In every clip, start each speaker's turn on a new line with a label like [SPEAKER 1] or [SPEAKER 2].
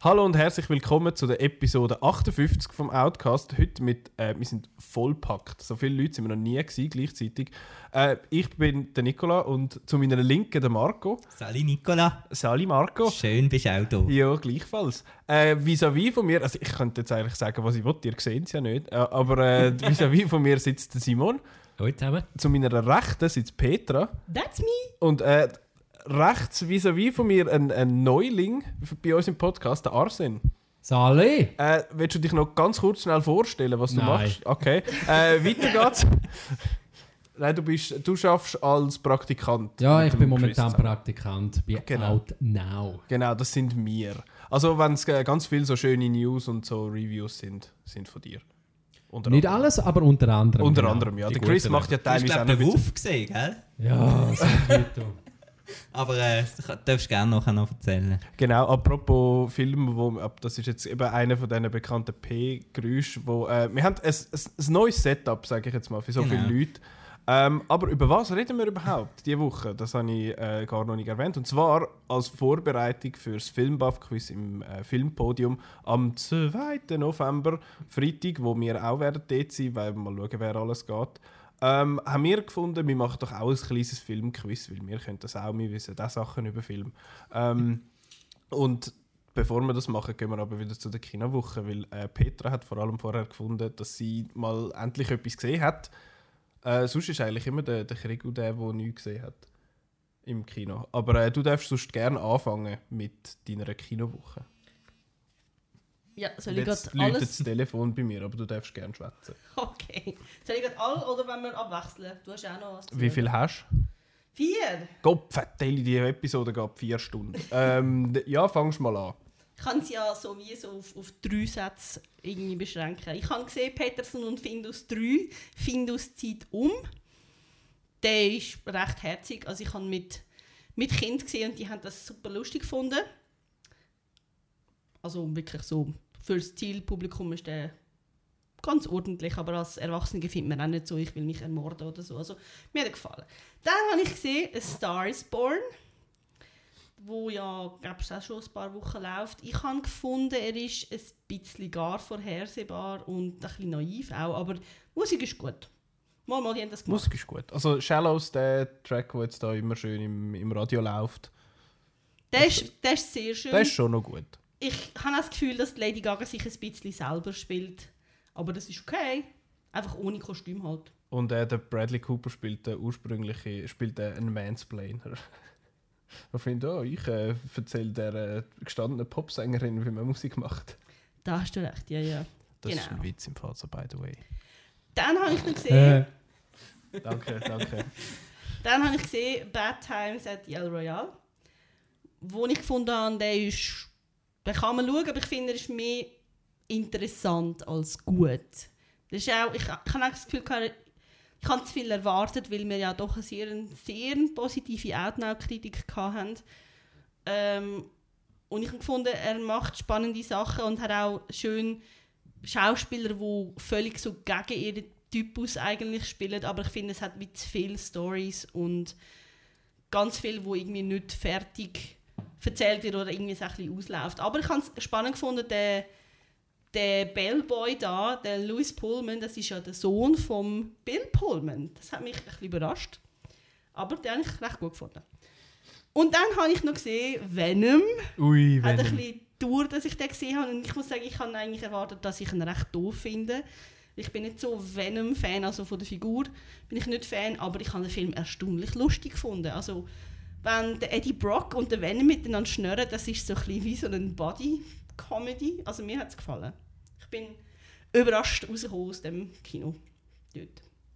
[SPEAKER 1] Hallo und herzlich willkommen zu der Episode 58 vom Outcast. Heute mit, äh, wir sind vollpackt. So viele Leute sind wir noch nie gewesen, gleichzeitig. Äh, ich bin der Nicola und zu meiner Linken der Marco.
[SPEAKER 2] Sali Nicola,
[SPEAKER 1] Sali Marco.
[SPEAKER 2] schön bist auch da.
[SPEAKER 1] Ja, gleichfalls. Äh, vis-à-vis von mir, also ich könnte jetzt eigentlich sagen, was ich will, ihr seht es ja nicht, äh, aber äh, vis-à-vis von mir sitzt der Simon.
[SPEAKER 3] Hallo zusammen.
[SPEAKER 1] Zu meiner Rechten sitzt Petra.
[SPEAKER 2] That's me.
[SPEAKER 1] Und äh, rechts vis-à-vis von mir ein, ein Neuling bei uns im Podcast, der Arsen.
[SPEAKER 3] Salé!
[SPEAKER 1] Äh, willst du dich noch ganz kurz schnell vorstellen, was du
[SPEAKER 3] Nein.
[SPEAKER 1] machst? Okay. Äh, weiter geht's. Nein, du, bist, du schaffst als Praktikant.
[SPEAKER 3] Ja,
[SPEAKER 1] mit
[SPEAKER 3] ich
[SPEAKER 1] dem
[SPEAKER 3] bin
[SPEAKER 1] Chris
[SPEAKER 3] momentan
[SPEAKER 1] zusammen.
[SPEAKER 3] Praktikant bei
[SPEAKER 1] Genau.
[SPEAKER 3] Out Now.
[SPEAKER 1] Genau, das sind wir. Also, wenn es ganz viele so schöne News und so Reviews sind, sind von dir. Unter
[SPEAKER 3] Nicht
[SPEAKER 1] anderem.
[SPEAKER 3] alles, aber unter anderem.
[SPEAKER 1] Unter
[SPEAKER 3] genau.
[SPEAKER 1] anderem, ja.
[SPEAKER 3] Die
[SPEAKER 1] Der Chris
[SPEAKER 3] guten
[SPEAKER 1] macht ja
[SPEAKER 2] Du hast
[SPEAKER 1] teilweise auch
[SPEAKER 2] glaub,
[SPEAKER 1] noch ein
[SPEAKER 2] den
[SPEAKER 1] bisschen-
[SPEAKER 2] Wurf gesehen, gell?
[SPEAKER 3] Ja, so ein Typ.
[SPEAKER 2] Aber äh, das darfst du gerne nachher noch erzählen.
[SPEAKER 1] Genau, apropos Film, wo, ab- das ist jetzt eben einer von diesen bekannten P-Geräuschen, wo äh, wir haben ein, ein, ein neues Setup, sage ich jetzt mal, für so
[SPEAKER 2] Genau.
[SPEAKER 1] viele Leute. Ähm, aber über was reden wir überhaupt diese Woche? Das habe ich äh, gar noch nicht erwähnt. Und zwar als Vorbereitung für das Filmbuff-Quiz im äh, Filmpodium am 2. November, Freitag, wo wir auch werden dort sein werden, mal schauen, wer alles geht. Ähm, haben wir gefunden, wir machen doch auch ein kleines Filmquiz, weil wir können das auch, wir wissen auch Sachen über Film. Ähm, und bevor wir das machen, gehen wir aber wieder zu der Kinowoche, weil äh, Petra hat vor allem vorher gefunden, dass sie mal endlich etwas gesehen hat. Äh, sonst ist eigentlich immer der, der Krigo der, der nichts gesehen hat im Kino. Aber äh, du darfst sonst gerne anfangen mit deiner Kinowoche.
[SPEAKER 4] Ja, soll ich
[SPEAKER 1] Jetzt
[SPEAKER 4] gerade
[SPEAKER 1] läutet das
[SPEAKER 4] alles...
[SPEAKER 1] Telefon bei mir, aber du darfst gerne schwätzen.
[SPEAKER 4] Okay. Soll ich gerade alle oder wenn wir abwechseln? Du hast auch noch was. zu
[SPEAKER 1] Wie
[SPEAKER 4] sagen.
[SPEAKER 1] viel hast du?
[SPEAKER 4] Vier.
[SPEAKER 1] Gott, verteile die Episode gab vier Stunden. ähm, d- ja, fangst mal an.
[SPEAKER 4] Ich kann es ja sowieso auf, auf drei Sätze irgendwie beschränken. Ich habe gesehen, Peterson und Findus 3, Findus zieht um. Der ist recht herzig. Also ich habe mit, mit Kind gesehen und die haben das super lustig gefunden. Also wirklich so, fürs Zielpublikum ist der ganz ordentlich, aber als Erwachsene findet man auch nicht so, ich will mich ermorden oder so. Also mir hat er gefallen. Dann habe ich gesehen, A Star is Born wo ja, glaube ich, auch schon ein paar Wochen läuft. Ich habe gefunden, er ist ein bisschen gar vorhersehbar und ein bisschen naiv auch, aber die Musik ist gut. Mal, mal, die haben das
[SPEAKER 1] Die
[SPEAKER 4] gemacht.
[SPEAKER 1] Musik ist gut. Also Shallows, der Track, der jetzt da immer schön im, im Radio läuft,
[SPEAKER 4] Der ist, der ist sehr schön.
[SPEAKER 1] der ist schon noch gut.
[SPEAKER 4] ich habe das Gefühl, dass die Lady Gaga sich ein bisschen selber spielt, aber das ist okay. Einfach ohne Kostüm halt.
[SPEAKER 1] Und äh, der Bradley Cooper spielt den ursprüngliche, spielt äh, einen Mansplainer. Ich finde, oh, ich äh, erzähle der äh, gestandenen Popsängerin, wie man Musik macht.
[SPEAKER 4] Da hast du recht, ja, ja.
[SPEAKER 1] Das ist
[SPEAKER 4] Genau.
[SPEAKER 1] ein Witz im Fall, so by the way.
[SPEAKER 4] Dann habe ich noch gesehen,
[SPEAKER 3] Äh,
[SPEAKER 1] Danke, danke.
[SPEAKER 4] Dann habe ich gesehen Bad Times at El Royale, wo ich gefunden habe, der ist, den kann man schauen, aber ich finde, er ist mehr interessant als gut. Das ist auch, ich, ich habe auch das Gefühl, gehabt, ich habe zu viel erwartet, weil wir ja doch eine sehr, sehr positive Outnow-Kritik hatten. Ähm, und ich habe gefunden, er macht spannende Sachen und hat auch schön Schauspieler, die völlig so gegen ihren Typus eigentlich spielen, aber ich finde, es hat wie zu viele Stories und ganz viel, wo irgendwie nicht fertig erzählt wird oder irgendwie so ein bisschen ausläuft. Aber ich habe es spannend gefunden, der, der Bellboy da, der Louis Pullman, das ist ja der Sohn von Bill Pullman. Das hat mich ein bisschen überrascht. Aber den habe ich recht gut gefunden. Und dann habe ich noch gesehen Venom
[SPEAKER 1] Ui,
[SPEAKER 4] hat ein
[SPEAKER 1] wenn.
[SPEAKER 4] bisschen Tour, dass ich den gesehen habe. Und ich muss sagen, ich habe eigentlich erwartet, dass ich ihn recht doof finde. Ich bin nicht so Venom-Fan, also von der Figur bin ich nicht Fan, aber ich habe den Film erstaunlich lustig gefunden. Also, wenn der Eddie Brock und der Venom miteinander schnurren, das ist so ein bisschen wie so ein Body-Comedy. Also mir hat es gefallen. Ich bin überrascht rausgekommen aus dem Kino. Dort.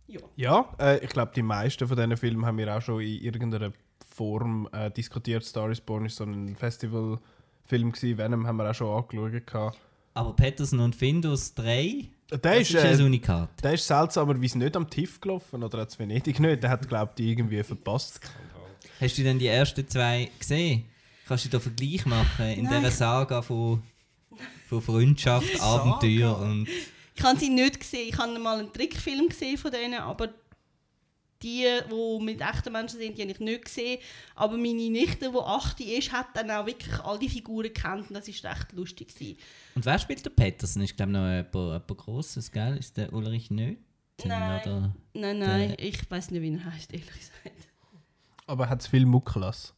[SPEAKER 4] Ja.
[SPEAKER 1] Ja, äh, ich glaube, die meisten von diesen Filmen haben wir auch schon in irgendeiner Form äh, diskutiert. Star is Born ist so ein Festivalfilm gewesen. Venom haben wir auch schon angeschaut. gehabt.
[SPEAKER 2] Aber Peterson und Findus 3,
[SPEAKER 1] Der
[SPEAKER 2] das
[SPEAKER 1] ist,
[SPEAKER 2] ist also ein
[SPEAKER 1] äh,
[SPEAKER 2] Unikat.
[SPEAKER 1] Der ist seltsamerweise nicht am TIFF gelaufen oder hat Venedig nicht. Der hat, glaube ich, irgendwie verpasst.
[SPEAKER 2] Hast du denn die ersten zwei gesehen? Kannst du da Vergleich machen in
[SPEAKER 4] Nein.
[SPEAKER 2] dieser Saga von, von Freundschaft, Abenteuer und
[SPEAKER 4] Ich habe sie nicht gesehen. Ich habe mal einen Trickfilm gesehen von denen, aber die, die mit echten Menschen sind, die habe ich nicht gesehen. Aber meine Nichte, die 8 ist, hat dann auch wirklich all die Figuren gekannt und das war echt lustig. Gewesen.
[SPEAKER 2] Und wer spielt der Patterson? Ist, glaube ich, noch jemand, jemand Grosses, gell? Ist der Ulrich Nöten?
[SPEAKER 4] Nein.
[SPEAKER 2] Oder?
[SPEAKER 4] Nein, nein, ich weiß nicht, wie er heißt, ehrlich gesagt.
[SPEAKER 1] Aber hat es viel Mucklas?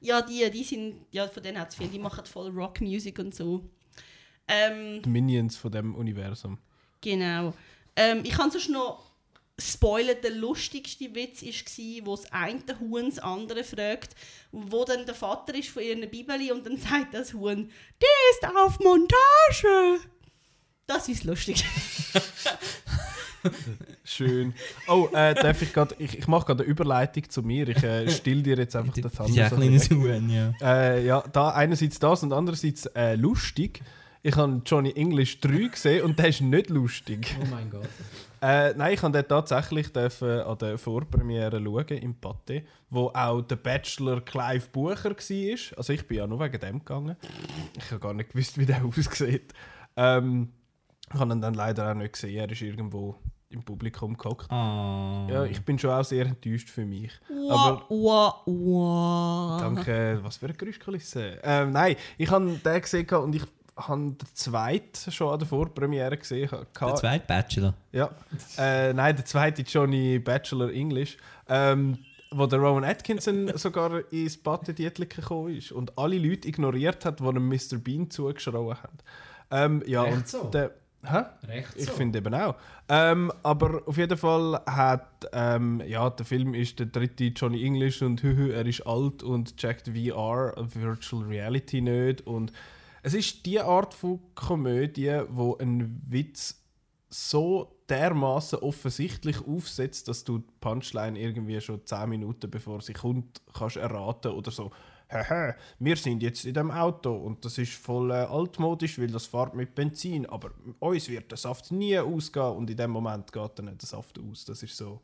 [SPEAKER 4] Ja, die, die sind, ja, von denen hat es viel. Die machen voll Rockmusik und so. Ähm,
[SPEAKER 1] Die Minions von dem Universum.
[SPEAKER 4] Genau. Ähm, ich kann sonst noch spoilern, der lustigste Witz war, wo das eine Huhn das andere fragt, wo dann der Vater ist von ihren Bibeli und dann sagt das Huhn, der ist auf Montage. Das ist lustig.
[SPEAKER 1] Schön. Oh, äh, darf ich gerade. Ich, ich mache gerade eine Überleitung zu mir. Ich äh, still dir jetzt einfach
[SPEAKER 2] Das
[SPEAKER 1] den
[SPEAKER 2] ist ja ein
[SPEAKER 1] Thumbs
[SPEAKER 2] kleines Huhn, ja.
[SPEAKER 1] Äh, ja, da einerseits das und andererseits äh, lustig. Ich habe Johnny English 3 gesehen und der ist nicht lustig.
[SPEAKER 5] Oh mein Gott.
[SPEAKER 1] Äh, nein, ich durfte tatsächlich dürfen an der Vorpremiere schauen im Pate, wo auch der Bachelor Clive Bucher war. Also ich bin ja nur wegen dem gegangen. Ich habe gar nicht gewusst, wie der aussieht. Ähm, ich habe ihn dann leider auch nicht gesehen. Er ist irgendwo im Publikum gehockt.
[SPEAKER 2] Ah.
[SPEAKER 1] Ja, ich bin schon auch sehr enttäuscht für mich.
[SPEAKER 4] Wow, wow, wow.
[SPEAKER 1] Danke, was für eine Geräuschkulisse. Ähm, nein, ich habe den gesehen gehabt und ich habe den zweiten schon an der Vorpremiere gesehen.
[SPEAKER 2] Der
[SPEAKER 1] gehabt.
[SPEAKER 2] zweite Bachelor.
[SPEAKER 1] Ja. Äh, nein, der zweite Johnny Bachelor English, ähm, wo der Rowan Atkinson sogar ins Battedietlik gekommen ist und alle Leute ignoriert hat, die ihm Mr. Bean zugeschrien haben. Ähm, ja,
[SPEAKER 5] Echt
[SPEAKER 1] und
[SPEAKER 5] so?
[SPEAKER 1] der, hä?
[SPEAKER 5] Recht so.
[SPEAKER 1] Ich finde eben auch. Ähm, aber auf jeden Fall hat, ähm, ja, der Film ist der dritte Johnny English und hühü, er ist alt und checkt VR, Virtual Reality nicht. Und es ist die Art von Komödie, wo ein Witz so dermaßen offensichtlich aufsetzt, dass du die Punchline irgendwie schon 10 Minuten bevor sie kommt, kannst erraten oder so. Haha, wir sind jetzt in dem Auto und das ist voll äh, altmodisch, weil das fährt mit Benzin, aber uns wird der Saft nie ausgehen und in dem Moment geht dann nicht der Saft aus. Das ist so,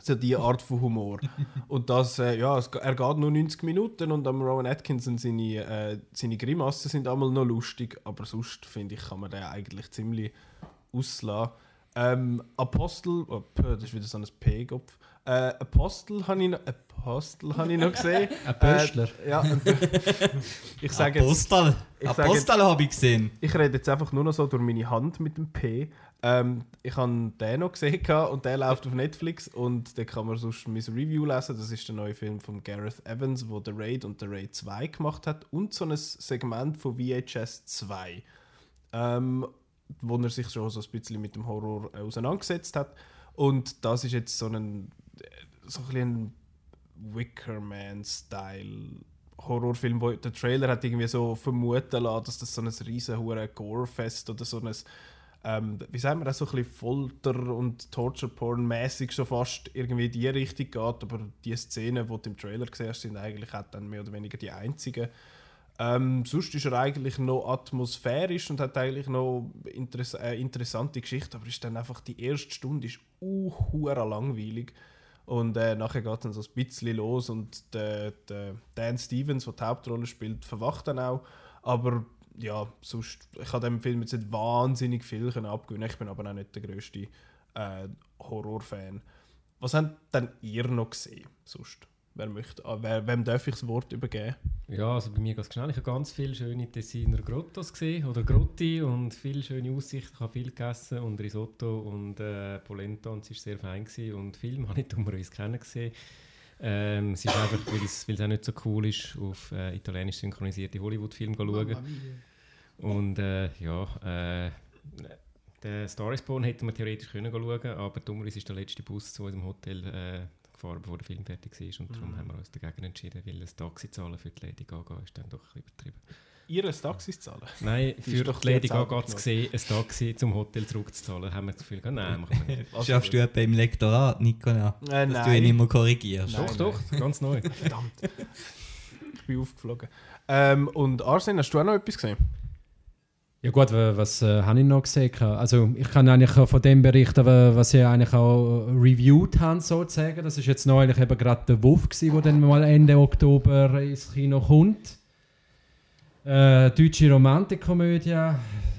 [SPEAKER 1] so die Art von Humor. und das, äh, ja, es, ge- er geht nur 90 Minuten und am Rowan Atkinson seine, äh, seine Grimassen sind einmal noch lustig, aber sonst finde ich, kann man den eigentlich ziemlich auslassen. Ähm, Apostel, oh, p- das ist wieder so ein P-Kopf. Äh, Apostel habe ich noch, Apostel habe ich noch gesehen.
[SPEAKER 5] Ein Pöstler.
[SPEAKER 1] Äh, ja, ich sage jetzt,
[SPEAKER 2] Apostel.
[SPEAKER 1] ich sag jetzt-
[SPEAKER 2] Apostel habe ich gesehen.
[SPEAKER 1] ich rede jetzt einfach nur noch so durch meine Hand mit dem P. Ähm, ich habe den noch gesehen gehabt und der läuft auf Netflix und den kann man sonst mein Review lesen. Das ist der neue Film von Gareth Evans, wo der Raid und der Raid 2 gemacht hat und so ein Segment von VHS 2, ähm, wo er sich schon so ein bisschen mit dem Horror äh, auseinandergesetzt hat. Und das ist jetzt so ein, so ein, bisschen ein Wickerman-Style Horrorfilm, wo der Trailer hat irgendwie so vermuten lassen, dass das so ein riesen hure Gore-Fest oder so ein ähm, wie sagen wir das so ein bisschen Folter und Torture Porn mäßig schon fast irgendwie in die Richtung geht, aber die Szenen, die du im Trailer gesehen hast, sind eigentlich auch dann mehr oder weniger die einzigen. Ähm, sonst ist er eigentlich noch atmosphärisch und hat eigentlich noch interess äh, interessante Geschichte, aber ist dann einfach die erste Stunde ist uhuere langweilig. Und äh, nachher geht dann so ein bisschen los und der, der Dan Stevens, der die Hauptrolle spielt, verwacht dann auch. Aber ja, sonst, ich habe dem Film jetzt nicht wahnsinnig viel können abgewinnen. Ich bin aber auch nicht der grösste äh, Horrorfan. Was habt denn ihr noch gesehen? Sonst? Wer möchte? Ah, wer, wem darf ich das Wort übergeben?
[SPEAKER 5] Ja, also bei mir geht es schnell. Ich habe ganz viele schöne Tessiner Grottos gesehen oder Grotti und viele schöne Aussichten. Ich habe viel gegessen und Risotto und äh, Polenta und es war sehr fein. Gewesen. Und Film habe ich dummerweise keinen gesehen. Ähm, es ist einfach, weil es, weil es auch nicht so cool ist, auf äh, italienisch synchronisierte Hollywood-Filme zu schauen. Und äh, ja, äh, den Star is Born hätten wir theoretisch können schauen aber dummerweise ist der letzte Bus zu unserem Hotel äh, gefahren, bevor der Film fertig war. Und darum haben wir uns dagegen entschieden, weil das Taxi zahlen für die Lady Gaga ist dann doch ein bisschen übertrieben.
[SPEAKER 1] Ihr ein Taxi zu zahlen?
[SPEAKER 5] Nein,
[SPEAKER 1] ist
[SPEAKER 5] für
[SPEAKER 1] doch
[SPEAKER 5] die Lady
[SPEAKER 1] jetzt auch
[SPEAKER 5] Gaga zu sehen, ein Taxi zum Hotel zurückzuzahlen, haben wir das Gefühl, gehabt, nein, machen wir nicht.
[SPEAKER 1] Also-
[SPEAKER 2] Schaffst du etwa im Lektorat, Nicola?
[SPEAKER 1] Äh,
[SPEAKER 2] Dass du ihn
[SPEAKER 1] nein,
[SPEAKER 2] immer korrigierst.
[SPEAKER 1] Nein,
[SPEAKER 5] doch, doch, ganz neu.
[SPEAKER 1] verdammt. ich bin aufgeflogen. Ähm, und Arsene, hast du auch noch etwas gesehen?
[SPEAKER 5] Ja gut, wa- was äh, habe ich noch gesehen? Also ich kann eigentlich auch von dem berichten, wa- was ich eigentlich auch äh, reviewed habe, sozusagen. Das ist jetzt neulich eben gerade der Wuff gsi, der dann mal Ende Oktober ins Kino kommt. Äh, deutsche Romantikkomödie,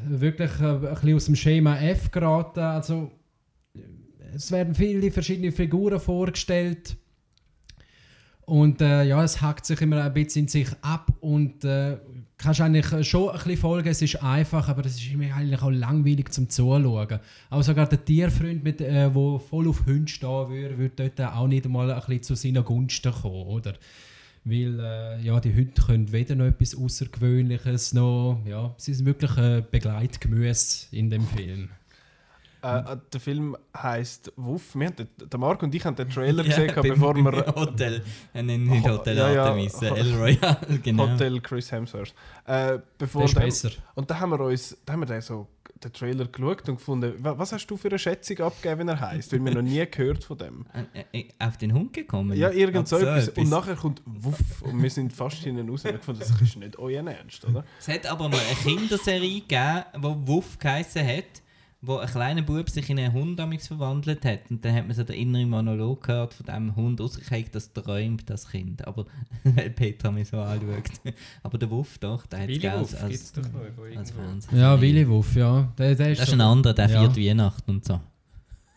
[SPEAKER 5] wirklich äh, ein bisschen aus dem Schema F geraten. Also es werden viele verschiedene Figuren vorgestellt. Und äh, ja, es hackt sich immer ein bisschen in sich ab und äh, kannst eigentlich schon ein bisschen folgen. Es ist einfach, aber es ist mir eigentlich auch langweilig zum Zuschauen. Auch sogar der Tierfreund, mit, äh, wo voll auf Hunde stehen würde, würde dort auch nicht mal ein bisschen zu seinen Gunsten kommen, oder? Weil äh, ja, die Hunde können weder noch etwas Außergewöhnliches noch. Ja, sie sind wirklich äh, Begleitgemüse in dem Film.
[SPEAKER 2] Hm.
[SPEAKER 1] Äh, äh, der Film heisst Wuff. Wir haben den, der Marc und ich haben den Trailer
[SPEAKER 2] Ja,
[SPEAKER 1] gesehen, gehabt,
[SPEAKER 2] beim-
[SPEAKER 1] bevor
[SPEAKER 2] beim
[SPEAKER 1] wir
[SPEAKER 2] Hotel, äh, nein, nicht
[SPEAKER 1] Oh,
[SPEAKER 2] Hotel
[SPEAKER 1] ja, ja.
[SPEAKER 2] Artemis, äh, El Royal, genau.
[SPEAKER 1] Hotel Chris Hemsworth. Äh, bevor
[SPEAKER 5] Das ist
[SPEAKER 1] dem-
[SPEAKER 5] besser.
[SPEAKER 1] Und da haben wir uns, da haben wir dann so den Trailer geschaut und gefunden, wa- was hast du für eine Schätzung abgegeben, wenn er heißt? Weil wir noch nie gehört von dem.
[SPEAKER 2] Äh, äh, auf den Hund gekommen?
[SPEAKER 1] Ja, irgend so
[SPEAKER 2] Ab
[SPEAKER 1] etwas. Und nachher kommt Wuff und wir sind fast hinten raus und haben gefunden, das ist nicht euer Ernst, oder?
[SPEAKER 2] Es hat aber mal eine Kinderserie gegeben, die Wuff geheissen hat, wo ein kleiner Bub sich in einen Hund damals verwandelt hat. Und dann hat man so den inneren Monolog gehört von diesem Hund. Ausgekriegt, das träumt das Kind. Aber weil Peter mich so anschaut. Aber der Wuff doch, der hat es
[SPEAKER 3] Willi
[SPEAKER 2] gegeben als,
[SPEAKER 3] Wolf gibt es
[SPEAKER 2] als,
[SPEAKER 3] doch noch irgendwo.
[SPEAKER 2] als Fernsehen.
[SPEAKER 5] Ja, Willy Wuff, ja. Der, der
[SPEAKER 2] also, Das
[SPEAKER 5] ist
[SPEAKER 2] ist
[SPEAKER 5] so-
[SPEAKER 2] ein anderer, der
[SPEAKER 5] Ja.
[SPEAKER 2] viert Weihnachten und so.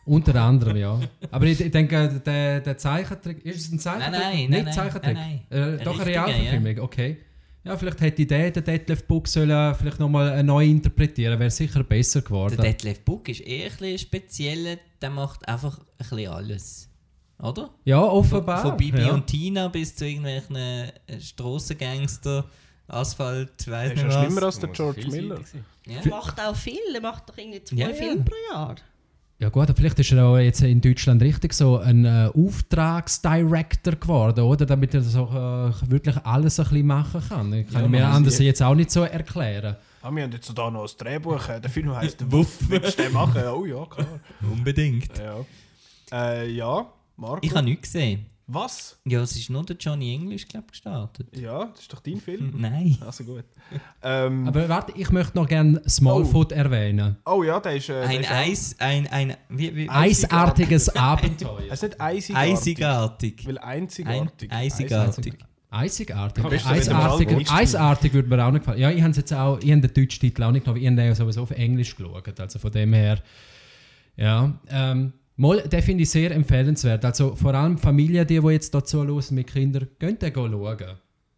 [SPEAKER 5] Unter anderem, ja. Aber ich, ich denke, der, der Zeichentrick. Ist es ein Zeichentrick?
[SPEAKER 2] Nein, nein,
[SPEAKER 5] Nicht
[SPEAKER 2] nein, nein,
[SPEAKER 5] Zeichentrick.
[SPEAKER 2] nein,
[SPEAKER 5] Äh, doch eine
[SPEAKER 2] Richtiger,
[SPEAKER 5] Realverfilmung, okay. Ja, vielleicht hätte der, der Detlef Book sollen vielleicht nochmal neu interpretieren, wäre sicher besser geworden.
[SPEAKER 2] Der Detlef Book ist eher ein bisschen spezieller, der macht einfach ein bisschen alles. Oder?
[SPEAKER 5] ja, offenbar.
[SPEAKER 2] Von Bibi
[SPEAKER 5] ja.
[SPEAKER 2] und Tina bis zu irgendwelchen äh, Strassengangster, Asphalt,
[SPEAKER 1] Das ist
[SPEAKER 2] weiß nicht
[SPEAKER 1] ja
[SPEAKER 2] was.
[SPEAKER 1] schlimmer als der George Miller.
[SPEAKER 2] Ja.
[SPEAKER 4] Er macht auch viel, er macht doch irgendwie zwei
[SPEAKER 2] Ja, ja.
[SPEAKER 4] Filme pro Jahr.
[SPEAKER 5] ja gut, aber vielleicht ist er auch jetzt in Deutschland richtig so ein äh, Auftragsdirector geworden, oder? Damit er so, äh, wirklich alles ein bisschen machen kann. Ich kann
[SPEAKER 2] Ja,
[SPEAKER 5] mir
[SPEAKER 2] man-
[SPEAKER 5] anders jetzt auch nicht so erklären.
[SPEAKER 1] Ah, wir haben jetzt so da noch ein Drehbuch. äh, Der Film heißt Wuff. Willst du den machen? Ja, Oh ja, klar.
[SPEAKER 2] Unbedingt.
[SPEAKER 1] Ja, äh, ja Marco.
[SPEAKER 2] Ich habe nichts gesehen.
[SPEAKER 1] Was?
[SPEAKER 2] Ja, es ist nur der Johnny English, glaube ich, gestartet.
[SPEAKER 1] Ja, das ist doch dein Film.
[SPEAKER 2] Nein.
[SPEAKER 1] Also gut. Ähm,
[SPEAKER 5] Aber warte, ich möchte noch gerne Smallfoot erwähnen.
[SPEAKER 1] oh ja, der ist. Äh, der
[SPEAKER 2] Ein
[SPEAKER 1] ist auch-
[SPEAKER 2] Eis, ein, ein, wie, wie,
[SPEAKER 5] Eisartiges Abenteuer.
[SPEAKER 1] Er ist nicht einzigartig.
[SPEAKER 2] eisigartig.
[SPEAKER 1] Weil einzigartig.
[SPEAKER 2] Ein- eisigartig.
[SPEAKER 5] Eisartig.
[SPEAKER 1] Komm, bist du mit dem Album
[SPEAKER 5] Eisartig,
[SPEAKER 1] nicht
[SPEAKER 5] Eisartig würde mir auch nicht gefallen. Ja, ich habe jetzt auch, ich habe den deutschen Titel auch nicht genommen. Ich habe den sowieso auf Englisch geschaut. Also von dem her, ja. Ähm, mal, den finde ich sehr empfehlenswert. Also vor allem Familien, die, die jetzt dazu los mit Kindern, könnt den go schauen.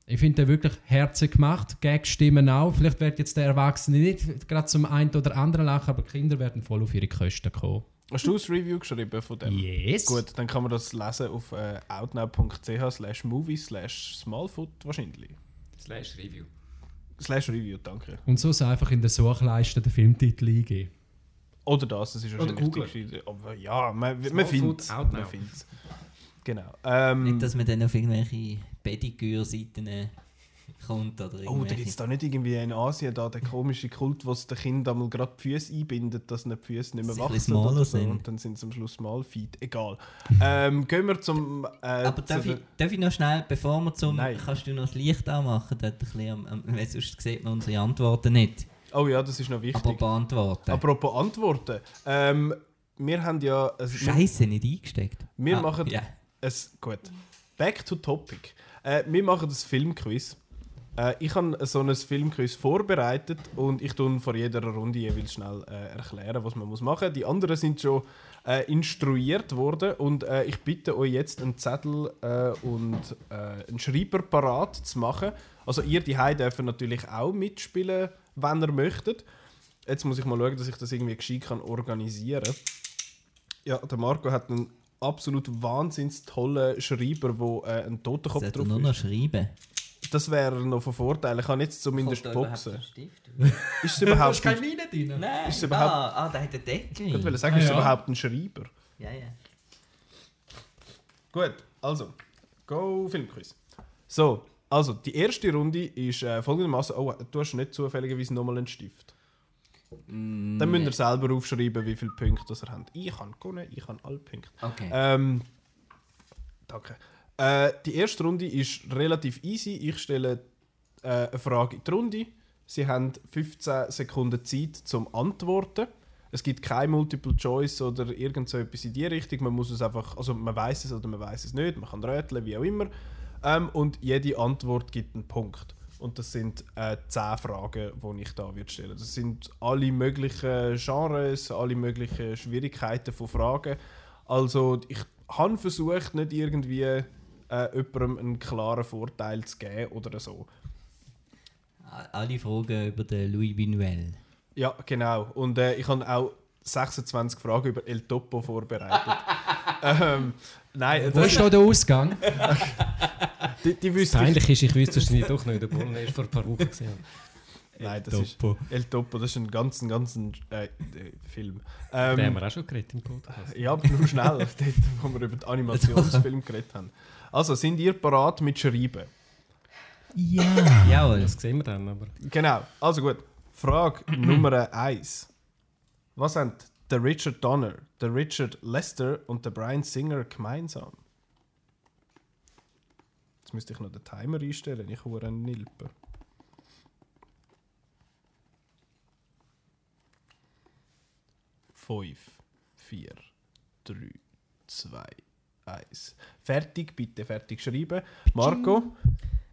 [SPEAKER 5] Ich finde den wirklich herzig gemacht. Gags stimmen auch. Vielleicht wird jetzt der Erwachsene nicht gerade zum einen oder anderen lachen, aber die Kinder werden voll auf ihre Kosten kommen.
[SPEAKER 1] Hast du das Review geschrieben von dem?
[SPEAKER 5] Yes.
[SPEAKER 1] Gut, dann kann man das lesen auf äh, outnow.ch slash movie slash smallfoot wahrscheinlich.
[SPEAKER 3] Slash Review.
[SPEAKER 1] Slash Review, danke.
[SPEAKER 5] Und so einfach in der Suchleiste den Filmtitel eingeben.
[SPEAKER 1] Oder das, das ist
[SPEAKER 3] Oder
[SPEAKER 1] wahrscheinlich
[SPEAKER 3] googeln.
[SPEAKER 1] die Geschichte. Aber ja, man, man
[SPEAKER 3] Smallfoot
[SPEAKER 1] findet es.
[SPEAKER 3] Outnow.
[SPEAKER 1] Man find's. Genau.
[SPEAKER 2] Nicht,
[SPEAKER 1] Ähm,
[SPEAKER 2] dass man dann auf irgendwelche Pediküre-Seiten äh, kommt oder
[SPEAKER 1] oh, da
[SPEAKER 2] irgendwelche.
[SPEAKER 1] gibt es da nicht irgendwie in Asien da den komischen Kult, wo es den Kindern einmal gerade die Füße einbindet, dass nicht die Füße nicht mehr
[SPEAKER 2] Dass sie
[SPEAKER 1] wachsen.
[SPEAKER 2] ein bisschen smaller
[SPEAKER 1] oder so.
[SPEAKER 2] sind.
[SPEAKER 1] Und dann sind sie am Schluss mal feed. Egal. ähm, gehen wir zum. Äh,
[SPEAKER 2] Aber
[SPEAKER 1] zu
[SPEAKER 2] darf
[SPEAKER 1] der-
[SPEAKER 2] ich, darf ich noch schnell, bevor wir zum.
[SPEAKER 1] Nein.
[SPEAKER 2] Kannst du noch das Licht anmachen? Dort ein bisschen, am- am- weil sonst sieht man unsere Antworten nicht.
[SPEAKER 1] Oh ja, das ist noch wichtig.
[SPEAKER 2] Apropos Antworten.
[SPEAKER 1] Apropos Antworten. Ähm, wir haben ja. Also, wir,
[SPEAKER 2] Scheiße, nicht eingesteckt.
[SPEAKER 1] wir machen.
[SPEAKER 2] Ja.
[SPEAKER 1] Es, gut. Back to topic. Äh, wir machen das Filmquiz. Äh, ich habe so ein Filmquiz vorbereitet und ich tun vor jeder Runde jeweils schnell äh, erklären, was man muss machen muss. Die anderen sind schon äh, instruiert worden und äh, ich bitte euch jetzt einen Zettel äh, und äh, einen Schreiber parat zu machen. Also ihr die dürfen natürlich auch mitspielen, wenn ihr möchtet. Jetzt muss ich mal schauen, dass ich das irgendwie gescheit kann organisieren kann. Ja, der Marco hat einen absolut wahnsinns tollen Schreiber, wo äh, ein Totenkopf
[SPEAKER 2] Sollte er
[SPEAKER 1] drauf
[SPEAKER 2] nur
[SPEAKER 1] ist.
[SPEAKER 2] noch schreiben.
[SPEAKER 1] Das wäre noch von Vorteil. Ich kann jetzt zumindest boxen.
[SPEAKER 2] Nein.
[SPEAKER 1] Ist es überhaupt ein,
[SPEAKER 5] Mine drin.
[SPEAKER 1] Ist überhaupt-
[SPEAKER 2] Ah, ah, der hat einen
[SPEAKER 1] ich will
[SPEAKER 2] Deckel.
[SPEAKER 1] sagen, ist es
[SPEAKER 5] Ja.
[SPEAKER 1] überhaupt ein Schreiber?
[SPEAKER 2] Ja, ja.
[SPEAKER 1] Gut, also, go Filmquiz. So, also, die erste Runde ist äh, folgendermaßen: Oh, du hast nicht zufälligerweise nochmal einen Stift. Dann müsst ihr selber aufschreiben, wie viele Punkte das ihr habt. Ich kann gewonnen, ich kann alle Punkte.
[SPEAKER 2] Okay.
[SPEAKER 1] Ähm, danke. Äh, die erste Runde ist relativ easy. Ich stelle äh, eine Frage in die Runde. Sie haben 15 Sekunden Zeit zum Antworten. Es gibt kein Multiple Choice oder irgend so etwas in die Richtung. Man muss es einfach, also man weiß es oder man weiß es nicht. Man kann rätseln, wie auch immer. Ähm, und jede Antwort gibt einen Punkt. Und das sind äh, 10 Fragen, die ich da wird stellen. Das sind alle möglichen Genres, alle möglichen Schwierigkeiten von Fragen. Also ich habe versucht, nicht irgendwie äh, jemandem einen klaren Vorteil zu geben oder so.
[SPEAKER 2] Alle Fragen über den Louis Binuel.
[SPEAKER 1] Ja, genau. Und äh, ich habe auch 26 Fragen über El Topo vorbereitet. ähm, nein,
[SPEAKER 5] Wo
[SPEAKER 1] das,
[SPEAKER 5] ist da der Ausgang?
[SPEAKER 1] die, die wüsste ich.
[SPEAKER 3] Peinlich ist, ich wüsste es nicht doch nicht, obwohl ich erst vor ein paar Wochen gesehen habe.
[SPEAKER 1] Nein, das ist El Topo, das ist ein ganzen, ganzen äh, äh, Film. Ähm,
[SPEAKER 3] Den haben wir auch schon geredet im Podcast.
[SPEAKER 1] Ja, aber nur schnell, dort, wo wir über den Animationsfilm geredet haben. Also, sind ihr parat mit Schreiben?
[SPEAKER 5] Ja.
[SPEAKER 2] Jawohl.
[SPEAKER 3] Das sehen wir dann, aber
[SPEAKER 1] Genau, also gut. Frage Nummer 1. Was haben der Richard Donner, der Richard Lester und der Brian Singer gemeinsam? Jetzt müsste ich noch den Timer einstellen, ich habe einen Nilpen. Fünf, vier, drei, zwei, eins. Fertig, bitte fertig schreiben. Marco,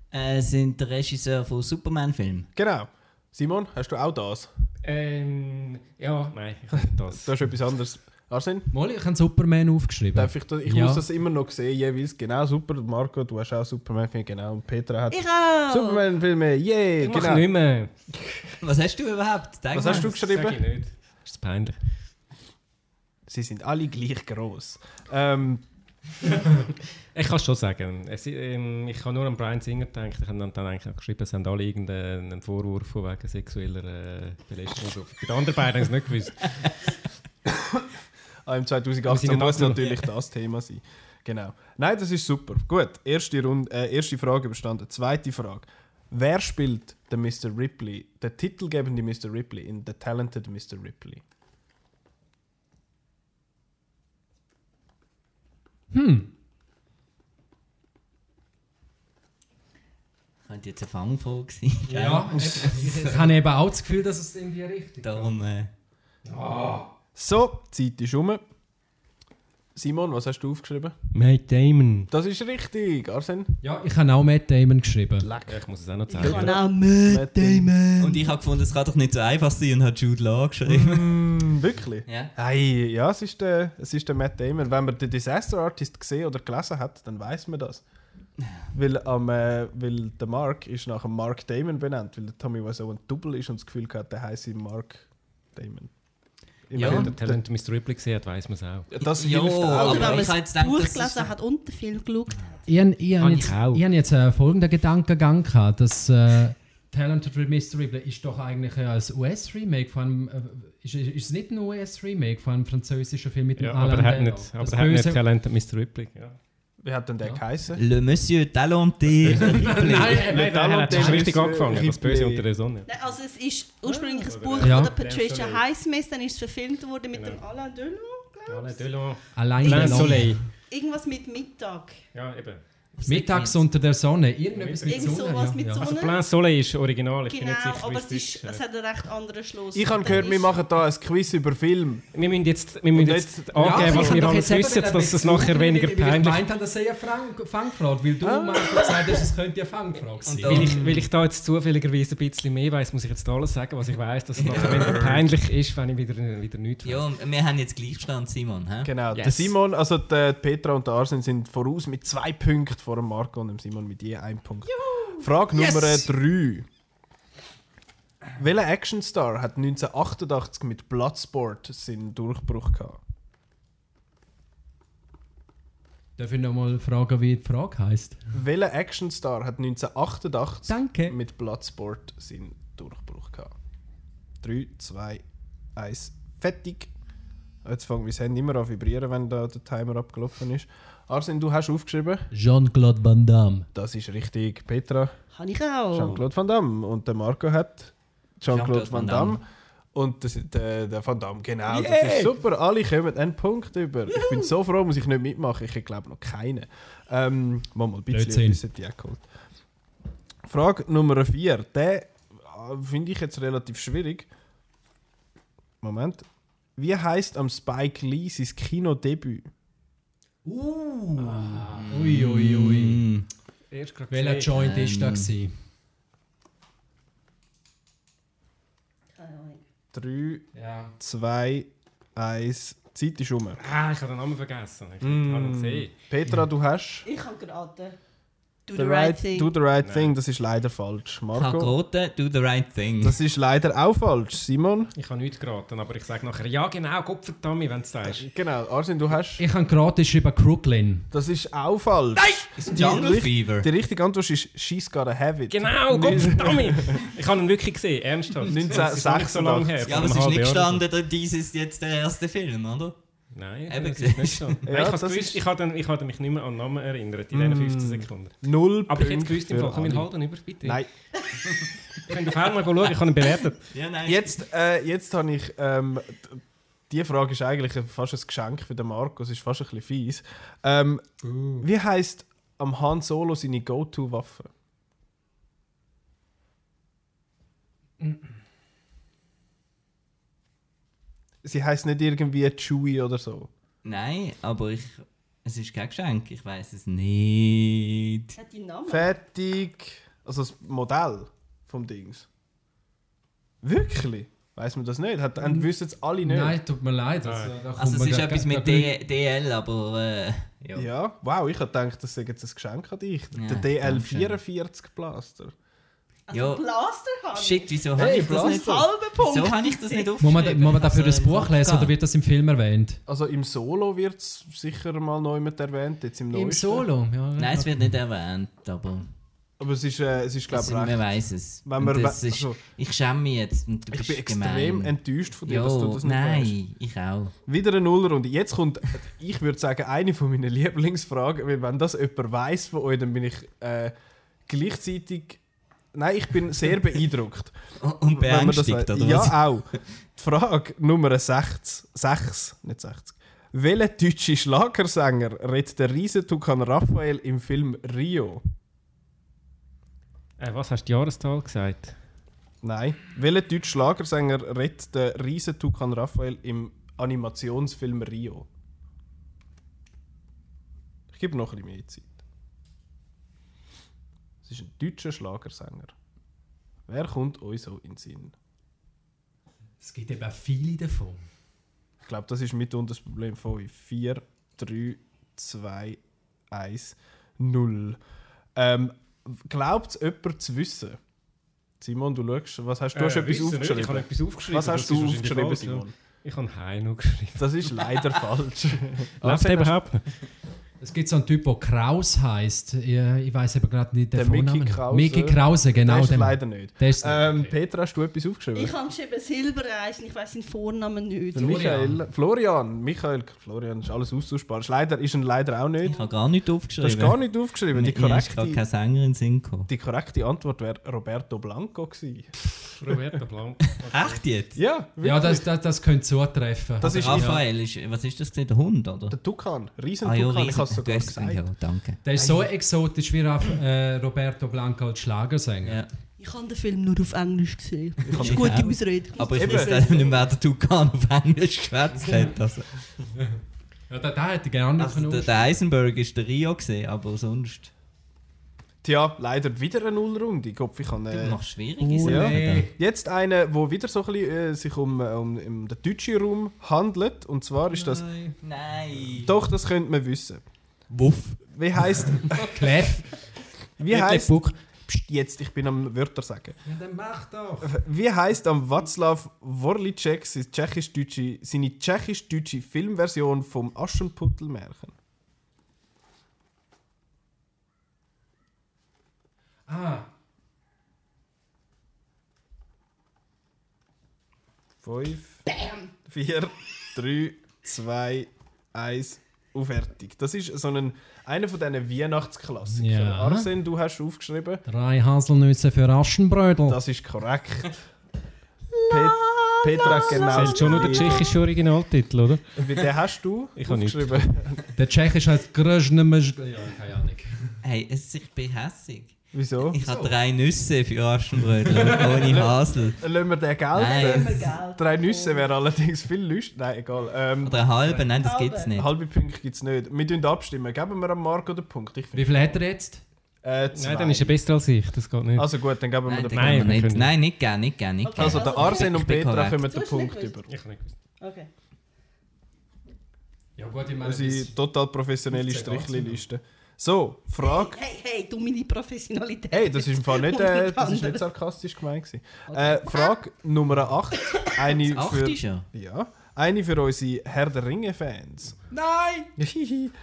[SPEAKER 2] Äh, sind der Regisseur von Superman-Film.
[SPEAKER 1] genau. Simon, hast du auch das?
[SPEAKER 3] Ähm, ja, nein, ich habe nicht das.
[SPEAKER 1] Das ist etwas anderes. Arsen,
[SPEAKER 5] Mal, ich habe Superman aufgeschrieben.
[SPEAKER 1] darf ich, das, ich
[SPEAKER 5] Ja.
[SPEAKER 1] muss das immer noch sehen, jeweils. Genau, super. Marco, du hast auch Superman-Filme, genau. Und Petra hat
[SPEAKER 4] Ich auch!
[SPEAKER 1] Superman-Filme, yeah,
[SPEAKER 3] Ich mache
[SPEAKER 1] genau.
[SPEAKER 3] nicht mehr.
[SPEAKER 2] Was hast du überhaupt? Denk
[SPEAKER 1] Was
[SPEAKER 2] mal.
[SPEAKER 1] hast du
[SPEAKER 3] Sag ich
[SPEAKER 1] geschrieben?
[SPEAKER 3] nicht. Ist das peinlich?
[SPEAKER 1] Sie sind alle gleich groß. Ähm,
[SPEAKER 3] Ich kann es schon sagen. Es, ähm, ich habe nur an Brian Singer gedacht. Ich habe dann eigentlich auch geschrieben, es haben alle irgendeinen Vorwurf von wegen sexueller äh, Belästigung. drauf. Bei den anderen beiden haben sie es nicht gewusst.
[SPEAKER 1] ah, Im
[SPEAKER 3] Wir
[SPEAKER 1] 2018
[SPEAKER 3] sind
[SPEAKER 1] muss
[SPEAKER 3] Nachbarn.
[SPEAKER 1] natürlich das Thema sein. Genau. Nein, das ist super. Gut, erste, Runde, äh, erste Frage bestanden. Zweite Frage. Wer spielt den Mr. Ripley, den titelgebende Mr. Ripley in The Talented Mr. Ripley?
[SPEAKER 2] Könnte jetzt eine Fangfrage sein.
[SPEAKER 5] Ja, ich habe eben auch das Gefühl, dass es irgendwie richtig ist.
[SPEAKER 2] Darum, äh,
[SPEAKER 1] So, die Zeit ist um. Simon, was hast du aufgeschrieben?
[SPEAKER 3] Mate Damon.
[SPEAKER 1] Das ist richtig, Arsen.
[SPEAKER 5] Ja, ich habe auch Matt Damon geschrieben.
[SPEAKER 1] Leck.
[SPEAKER 3] Ich muss es auch noch
[SPEAKER 4] Ich
[SPEAKER 3] zeigen.
[SPEAKER 4] kann auch mit.
[SPEAKER 2] und ich habe gefunden, es kann doch nicht so einfach sein und habe Jude Law geschrieben.
[SPEAKER 1] Mm, wirklich?
[SPEAKER 2] Ja.
[SPEAKER 1] Ei, ja, es ist, der, es ist der Matt Damon. Wenn man den Disaster Artist gesehen oder gelesen hat, dann weiß man das. Weil, am, äh, weil der Mark ist nach dem Mark Damon benannt, weil der Tommy Wiseau ein Double ist und das Gefühl hat, der heiße Mark Damon. Im
[SPEAKER 2] Ja.
[SPEAKER 3] Wenn
[SPEAKER 1] Film.
[SPEAKER 3] der Talent Mr. Ripley gesehen hat, weiß man es auch.
[SPEAKER 1] Das
[SPEAKER 2] Ja,
[SPEAKER 1] hilft auch.
[SPEAKER 2] aber-
[SPEAKER 4] Oder wenn man
[SPEAKER 2] ich habe jetzt
[SPEAKER 4] das
[SPEAKER 2] gedacht,
[SPEAKER 4] Buch
[SPEAKER 2] das ist
[SPEAKER 4] gelesen
[SPEAKER 2] dann-
[SPEAKER 4] hat und den Film geschaut.
[SPEAKER 5] Ich, ich, ich,
[SPEAKER 3] Habe
[SPEAKER 5] habe
[SPEAKER 3] ich
[SPEAKER 5] jetzt, ich
[SPEAKER 3] auch.
[SPEAKER 5] habe jetzt äh, folgenden Gedankengang gehabt, dass äh, Talented Mr. Ripley ist doch eigentlich äh, ein US-Remake von einem, äh, ist, ist es nicht ein US-Remake von einem französischen Film mit dem
[SPEAKER 3] Ja, aber er hat
[SPEAKER 5] Delon?
[SPEAKER 3] nicht, aber
[SPEAKER 5] Das
[SPEAKER 3] er hat nicht
[SPEAKER 5] böse-
[SPEAKER 3] Talent Mr. Ripley. Ja.
[SPEAKER 1] Wie hat denn der
[SPEAKER 5] Ja.
[SPEAKER 1] geheißen?
[SPEAKER 2] Le Monsieur Talenté.
[SPEAKER 5] Nein,
[SPEAKER 1] Le Talent
[SPEAKER 5] er
[SPEAKER 3] Er hat schon
[SPEAKER 1] Mr.
[SPEAKER 3] richtig angefangen, das Böse
[SPEAKER 1] Ripley.
[SPEAKER 3] unter der Sonne.
[SPEAKER 4] Nein, Also es ist ursprünglich ein Buch
[SPEAKER 5] Ja.
[SPEAKER 4] von der Patricia Highsmith, dann ist es verfilmt worden mit
[SPEAKER 3] Genau.
[SPEAKER 4] dem Alain Delon.
[SPEAKER 5] allein
[SPEAKER 3] Plein
[SPEAKER 5] Delon.
[SPEAKER 3] Soleil.
[SPEAKER 4] Irgendwas mit Mittag.
[SPEAKER 3] Ja, eben.
[SPEAKER 5] Mittags unter der Sonne, irgendetwas mit
[SPEAKER 4] Irgend
[SPEAKER 5] Sonne.
[SPEAKER 4] sowas mit
[SPEAKER 5] ja.
[SPEAKER 4] Sonne.
[SPEAKER 3] Also Plein Soleil ist original, ich bin nicht
[SPEAKER 4] Genau,
[SPEAKER 3] sicher, wie
[SPEAKER 4] aber es,
[SPEAKER 3] es
[SPEAKER 4] ist,
[SPEAKER 3] ist.
[SPEAKER 4] es hat einen recht anderen Schluss.
[SPEAKER 1] Ich habe
[SPEAKER 4] Und
[SPEAKER 1] gehört,
[SPEAKER 4] dann
[SPEAKER 1] wir
[SPEAKER 4] ist-
[SPEAKER 1] machen hier ein Quiz über Film.
[SPEAKER 3] Wir müssen jetzt, wir müssen
[SPEAKER 1] Und
[SPEAKER 3] jetzt,
[SPEAKER 1] jetzt-
[SPEAKER 5] Ja,
[SPEAKER 3] angeben,
[SPEAKER 5] aber ich
[SPEAKER 3] was
[SPEAKER 5] hab
[SPEAKER 3] wir
[SPEAKER 5] doch
[SPEAKER 3] alles
[SPEAKER 5] jetzt eben
[SPEAKER 3] wissen,
[SPEAKER 5] wieder
[SPEAKER 3] dass das
[SPEAKER 5] mit
[SPEAKER 3] nachher
[SPEAKER 5] Suchen,
[SPEAKER 3] weniger
[SPEAKER 5] weil ich
[SPEAKER 3] peinlich Ah.
[SPEAKER 5] gemeint habe, das sei eine Fang Fangfrage, weil du, Marco, gesagt hast, es könnte eine Fangfrage sein.
[SPEAKER 2] da-
[SPEAKER 3] Weil ich, weil ich da jetzt zufälligerweise ein bisschen mehr weiß, muss ich jetzt alles sagen, was ich weiß, dass es nachher weniger peinlich ist, wenn ich wieder, wieder nichts weiss.
[SPEAKER 2] ja, und wir haben jetzt Gleichstand, Simon. Hä?
[SPEAKER 1] Genau, der
[SPEAKER 3] Yes.
[SPEAKER 1] Simon, also der Petra und der Arsen sind voraus mit zwei Punkten vor dem Marco und dem Simon mit je einem Punkt. Frage
[SPEAKER 5] Yes.
[SPEAKER 1] Nummer drei. Welcher Actionstar hat 1988 mit Bloodsport seinen Durchbruch gehabt?
[SPEAKER 5] Darf ich nochmal fragen, wie die Frage heisst?
[SPEAKER 1] Welcher Actionstar hat 1988
[SPEAKER 5] Danke.
[SPEAKER 1] mit Bloodsport seinen Durchbruch gehabt? 3, 2, 1, fertig. Jetzt fängt mein Handy immer an vibrieren, wenn da der Timer abgelaufen ist. Arsen, du hast aufgeschrieben.
[SPEAKER 5] Jean-Claude Van Damme.
[SPEAKER 1] Das ist richtig, Petra.
[SPEAKER 4] Habe ich auch.
[SPEAKER 1] Jean-Claude Van Damme. Und der Marco hat Jean-Claude
[SPEAKER 2] Jean-Claude
[SPEAKER 1] Van
[SPEAKER 2] Van
[SPEAKER 1] Damme.
[SPEAKER 2] Damme.
[SPEAKER 1] Und das, der, der Van Damme, genau. Das
[SPEAKER 5] Yeah!
[SPEAKER 1] ist super. Alle kommen einen Punkt über. Ich bin so froh, muss ich nicht mitmachen. Ich glaube noch keinen. Ähm, mal, mal ein bisschen
[SPEAKER 5] Blödsinn.
[SPEAKER 1] etwas hätte ich auch geholt. Frage Nummer 4. Den äh, finde ich jetzt relativ schwierig. Moment. Wie heißt am Spike Lee sein Kinodebüt?
[SPEAKER 5] Uh. Ui, ui, ui.
[SPEAKER 2] Mm.
[SPEAKER 3] Erst gerade
[SPEAKER 5] Welcher
[SPEAKER 3] gesehen.
[SPEAKER 5] Joint ist da
[SPEAKER 2] Ähm.
[SPEAKER 5] gewesen?
[SPEAKER 4] Keine Ahnung.
[SPEAKER 1] 3,
[SPEAKER 5] Ja.
[SPEAKER 1] 2, 1, Die Zeit ist um.
[SPEAKER 3] Ah, ich habe den Namen vergessen. Ich
[SPEAKER 1] Mhm. Mm.
[SPEAKER 3] habe ihn gesehen.
[SPEAKER 1] Petra, du hast.
[SPEAKER 4] Ich habe geraten. Do
[SPEAKER 1] The right, do the right
[SPEAKER 3] Nein.
[SPEAKER 1] thing, das ist leider falsch.
[SPEAKER 2] Ich habe
[SPEAKER 1] Marco,
[SPEAKER 2] geraten, do the right thing.
[SPEAKER 1] das ist leider auch falsch. Simon?
[SPEAKER 3] Ich habe nichts geraten, aber ich sage nachher, ja genau, Gopferdammi, wenn du sagst.
[SPEAKER 1] Genau, Arsen, du hast.
[SPEAKER 5] Ich habe gratis über Crooklyn.
[SPEAKER 1] Das ist auch falsch.
[SPEAKER 2] ist Jungle
[SPEAKER 1] richt-
[SPEAKER 2] Fever.
[SPEAKER 1] Die richtige Antwort ist She's Gotta Have It.
[SPEAKER 3] Genau, Gopferdammi! ich habe ihn wirklich gesehen, ernsthaft.
[SPEAKER 1] 1986.
[SPEAKER 3] Das ist nicht so lange her.
[SPEAKER 2] Ja,
[SPEAKER 3] vor
[SPEAKER 2] aber es
[SPEAKER 3] einem
[SPEAKER 2] ist nicht
[SPEAKER 3] halben Jahr.
[SPEAKER 2] gestanden, dass dies ist jetzt der erste Film, oder?
[SPEAKER 3] Nein,
[SPEAKER 2] Eben
[SPEAKER 3] das
[SPEAKER 2] gesehen.
[SPEAKER 3] ist nicht so. Nein,
[SPEAKER 1] Ja,
[SPEAKER 3] ich habe
[SPEAKER 1] das ist-
[SPEAKER 3] gewusst, ich habe dann- ich habe mich nicht mehr an den Namen erinnert in diesen 15 Sekunden.
[SPEAKER 1] Null
[SPEAKER 3] Aber ich hätte
[SPEAKER 1] Punkte
[SPEAKER 3] gewusst, im
[SPEAKER 1] für
[SPEAKER 3] Fall, komm, wir
[SPEAKER 1] alle.
[SPEAKER 3] halten über, bitte.
[SPEAKER 1] Nein.
[SPEAKER 3] Ich kann den Film mal schauen, ich habe ihn bewertet.
[SPEAKER 2] Ja, nein.
[SPEAKER 1] Jetzt, äh, jetzt habe ich. Ähm, d- die Frage ist eigentlich fast ein Geschenk für den Marco, es ist fast ein bisschen fies. Ähm, Wie heißt am Han Solo seine Go-To-Waffe? Sie heißt nicht irgendwie Chewie oder so.
[SPEAKER 2] Nein, aber ich. Es ist kein Geschenk, ich weiß es nicht.
[SPEAKER 4] Hat die Namen?
[SPEAKER 1] Fertig. Also das Modell vom Dings. Wirklich? Weiß man das nicht? Hat, haben- wissen es alle nicht?
[SPEAKER 5] Nein, tut mir leid. Das,
[SPEAKER 3] Nein.
[SPEAKER 5] da kommt
[SPEAKER 2] Also es
[SPEAKER 5] man
[SPEAKER 2] ist
[SPEAKER 5] gar-
[SPEAKER 2] etwas mit
[SPEAKER 5] gar-
[SPEAKER 2] D DL, aber äh, ja.
[SPEAKER 1] Ja, wow, ich habe gedacht, das sei jetzt ein Geschenk an dich.
[SPEAKER 2] Ja,
[SPEAKER 1] der
[SPEAKER 2] dankeschön.
[SPEAKER 1] DL44 Blaster.
[SPEAKER 4] Also
[SPEAKER 2] Ja.
[SPEAKER 4] Blaster habe ich.
[SPEAKER 2] Shit, wieso habe
[SPEAKER 1] Hey,
[SPEAKER 2] ich das nicht
[SPEAKER 1] Blaster.
[SPEAKER 4] Halber Punkt.
[SPEAKER 2] Wieso habe ich das nicht Also, aufgeschrieben?
[SPEAKER 5] Muss man, muss man dafür
[SPEAKER 2] Ich
[SPEAKER 5] das
[SPEAKER 2] hab's so
[SPEAKER 5] Buch
[SPEAKER 2] im Kopf
[SPEAKER 5] lesen oder
[SPEAKER 2] gehabt.
[SPEAKER 5] wird das im Film erwähnt?
[SPEAKER 1] Also im Solo wird es sicher mal neu mit erwähnt, jetzt im neuesten.
[SPEAKER 5] Im Solo, ja.
[SPEAKER 2] Nein, es wird nicht erwähnt, aber
[SPEAKER 1] Aber es ist, äh, es ist glaube
[SPEAKER 2] das,
[SPEAKER 1] ich,
[SPEAKER 2] man
[SPEAKER 1] recht.
[SPEAKER 2] weiß es.
[SPEAKER 1] Wenn
[SPEAKER 2] Und
[SPEAKER 1] man-
[SPEAKER 2] das ist,
[SPEAKER 1] also-
[SPEAKER 2] ich schäme mich jetzt und du
[SPEAKER 1] Ich
[SPEAKER 2] bist
[SPEAKER 1] bin extrem
[SPEAKER 2] gemein.
[SPEAKER 1] enttäuscht von dir,
[SPEAKER 2] ja,
[SPEAKER 1] dass du das nicht weißt.
[SPEAKER 2] Nein, ich auch.
[SPEAKER 1] Wieder eine Nullrunde. Jetzt kommt, ich würde sagen, eine von meinen Lieblingsfragen, weil wenn das jemand weiss von euch, dann bin ich äh, gleichzeitig... Nein, ich bin sehr beeindruckt.
[SPEAKER 2] Und- Und
[SPEAKER 1] Wenn man das
[SPEAKER 2] beängstigt,
[SPEAKER 1] weiss.
[SPEAKER 2] oder was?
[SPEAKER 1] Ja, äh, auch. Die Frage Nummer 6, 6 nicht 60. Welcher deutsche Schlagersänger redet der Riesentukan Raphael im Film Rio?
[SPEAKER 3] Äh, was hast du die Jahreszahl gesagt?
[SPEAKER 1] Nein. Welcher deutsche Schlagersänger redet der Riesentukan Raphael im Animationsfilm Rio? Ich gebe noch ein bisschen mehr Zeit. Es ist ein deutscher Schlagersänger. Wer kommt euch so in den Sinn?
[SPEAKER 5] Es gibt eben viele davon.
[SPEAKER 1] Ich glaube, das ist mitunter das Problem von euch. 4, 3, 2, 1, 0. Ähm, Glaubt es jemand zu wissen? Simon, du schaust, was hast du hast
[SPEAKER 3] Äh,
[SPEAKER 1] etwas
[SPEAKER 3] wissen nicht, Ich
[SPEAKER 1] aufgeschrieben?
[SPEAKER 3] habe etwas aufgeschrieben.
[SPEAKER 1] Was
[SPEAKER 3] das
[SPEAKER 1] hast
[SPEAKER 3] ist
[SPEAKER 1] du
[SPEAKER 3] wahrscheinlich
[SPEAKER 1] aufgeschrieben,
[SPEAKER 3] falsch,
[SPEAKER 1] Simon?
[SPEAKER 3] ja. Ich habe Heino geschrieben.
[SPEAKER 1] Das ist leider falsch. Ah,
[SPEAKER 3] Läuft der überhaupt noch?
[SPEAKER 5] Es gibt so einen Typ, der Kraus heißt. Ich, ich weiß eben gerade nicht den
[SPEAKER 1] Der Mickey
[SPEAKER 5] Vornamen.
[SPEAKER 1] Krause.
[SPEAKER 5] Mickey Krause, genau.
[SPEAKER 1] das ist
[SPEAKER 5] dem-
[SPEAKER 1] leider nicht.
[SPEAKER 5] der ist-
[SPEAKER 1] Ähm, Petra, hast du etwas aufgeschrieben?
[SPEAKER 4] Ich habe geschrieben Silbereisen, ich weiß den Vornamen nicht.
[SPEAKER 1] Der Michael, Florian, Michael, Florian ist alles auszuspannen. Ist Leider ist er leider auch nicht.
[SPEAKER 2] Ich habe gar nicht
[SPEAKER 1] Du
[SPEAKER 2] aufgeschrieben.
[SPEAKER 1] hast gar nicht aufgeschrieben. Die
[SPEAKER 2] Mir ist gerade kein
[SPEAKER 1] korrekte,
[SPEAKER 2] Sänger in den Sinn gekommen.
[SPEAKER 1] die korrekte Antwort wäre Roberto Blanco gewesen.
[SPEAKER 3] Roberto Blanco.
[SPEAKER 2] Echt jetzt?
[SPEAKER 1] Ja,
[SPEAKER 5] ja, das, das, das könnte zutreffen.
[SPEAKER 1] das ist
[SPEAKER 2] Raphael, ist, was ist das gesehen? Der Hund, oder?
[SPEAKER 1] Der Tukan,
[SPEAKER 2] Ah, ja,
[SPEAKER 1] Riesentukan, ich
[SPEAKER 2] riesig.
[SPEAKER 1] habe es sogar
[SPEAKER 2] Du hast es
[SPEAKER 1] gesagt.
[SPEAKER 2] Ja, danke.
[SPEAKER 5] der ist so exotisch wie Raf- äh, Roberto Blanco als Schlagersänger.
[SPEAKER 2] Ja.
[SPEAKER 4] Ich habe den Film nur auf Englisch gesehen.
[SPEAKER 1] hab
[SPEAKER 4] Das ist
[SPEAKER 2] den
[SPEAKER 4] eine gute
[SPEAKER 2] auch.
[SPEAKER 4] Ausrede.
[SPEAKER 2] Aber ich
[SPEAKER 1] Eben.
[SPEAKER 2] wusste auch nicht mehr, der Tukan auf Englisch geschwätzt hat. Also,
[SPEAKER 5] Ja, da, da hätte ich gerne nicht
[SPEAKER 2] also der,
[SPEAKER 5] können.
[SPEAKER 2] der Eisenberg ist der Rio gesehen, aber sonst.
[SPEAKER 1] Tja, leider wieder eine Nullrunde. Ich hoffe, ich kann,
[SPEAKER 2] Du
[SPEAKER 1] äh,
[SPEAKER 2] machst schwierige
[SPEAKER 1] ja.
[SPEAKER 2] Sachen. da.
[SPEAKER 1] jetzt eine, wo wieder so ein bisschen, äh, sich um, äh, um, um den deutschen Raum handelt. Und zwar ist das...
[SPEAKER 5] Nein.
[SPEAKER 2] Nein.
[SPEAKER 1] Doch, das könnte man wissen.
[SPEAKER 2] Wuff.
[SPEAKER 1] Wie heißt
[SPEAKER 5] Clef.
[SPEAKER 1] wie
[SPEAKER 5] Clef
[SPEAKER 1] heißt
[SPEAKER 5] Buck.
[SPEAKER 1] Psst, jetzt, ich bin am Wörter sagen.
[SPEAKER 5] Ja, dann mach doch.
[SPEAKER 1] Wie heißt am Václav Vorlicek seine tschechisch-deutsche seine tschechisch-deutsche Filmversion vom Aschenputtel-Märchen?
[SPEAKER 5] Ah,
[SPEAKER 1] Fünf, vier, drei, zwei, eins und fertig. Das ist so ein, einer von diesen Weihnachtsklassikern.
[SPEAKER 5] Ja.
[SPEAKER 1] Arsene, du hast aufgeschrieben,
[SPEAKER 5] drei Haselnüsse für
[SPEAKER 3] Oh.
[SPEAKER 5] Aschenbrödel.
[SPEAKER 1] das ist korrekt. Pet Petra, genau.
[SPEAKER 3] Das ist schon nur der tschechische Originaltitel, oder?
[SPEAKER 1] Wie- Den hast du
[SPEAKER 3] Ich habe nichts.
[SPEAKER 1] aufgeschrieben.
[SPEAKER 5] Der Tschechisch heißt Gröschnemesch. Ja, keine Ahnung.
[SPEAKER 2] Hey, es, ich bin hässig.
[SPEAKER 1] Wieso?
[SPEAKER 2] Ich habe drei Nüsse für Aschenbrödel ohne Hasel.
[SPEAKER 1] Lassen wir den gelten?
[SPEAKER 2] Nein,
[SPEAKER 1] Drei Nüsse wäre allerdings viel lust. Nein, egal. Ähm,
[SPEAKER 2] oder einen halben, nein, das gibt's nicht.
[SPEAKER 1] halbe Punkte gibt es nicht. Wir tun abstimmen. Geben wir am Marco den Punkt. Ich
[SPEAKER 5] Wie
[SPEAKER 1] finde.
[SPEAKER 5] viel hat er jetzt?
[SPEAKER 1] Äh, zwei.
[SPEAKER 3] Nein, dann ist er besser als ich. Das geht nicht.
[SPEAKER 1] also gut, dann geben wir
[SPEAKER 2] Nein,
[SPEAKER 1] den
[SPEAKER 2] den
[SPEAKER 1] Punkt.
[SPEAKER 3] Nein,
[SPEAKER 2] kann man
[SPEAKER 3] wir
[SPEAKER 2] nicht.
[SPEAKER 3] können-
[SPEAKER 2] Nein, nicht gerne, nicht gerne. Nicht
[SPEAKER 4] Okay.
[SPEAKER 2] gerne.
[SPEAKER 1] Also, der Also, Arsen und
[SPEAKER 2] Ich bin
[SPEAKER 1] Petra
[SPEAKER 2] korrekt.
[SPEAKER 1] kommen den
[SPEAKER 4] Du hast nicht
[SPEAKER 1] Punkt
[SPEAKER 4] gewusst.
[SPEAKER 1] über.
[SPEAKER 3] ich habe nicht gewusst.
[SPEAKER 4] Okay.
[SPEAKER 5] Ja gut, ich meine,
[SPEAKER 1] Unsere
[SPEAKER 5] bis,
[SPEAKER 1] total professionelle
[SPEAKER 5] 15, 18
[SPEAKER 1] Strichliste. So, Frage.
[SPEAKER 4] Hey, hey, du meine Professionalität.
[SPEAKER 1] Hey, das ist im Fall nicht, äh, das ist nicht sarkastisch gemeint. gewesen. Äh, Frage Nummer 8. Eine
[SPEAKER 2] Acht
[SPEAKER 1] für,
[SPEAKER 2] ist ja.
[SPEAKER 1] ja, eine für unsere Herr der Ringe-Fans.
[SPEAKER 5] Nein!
[SPEAKER 1] Hihi.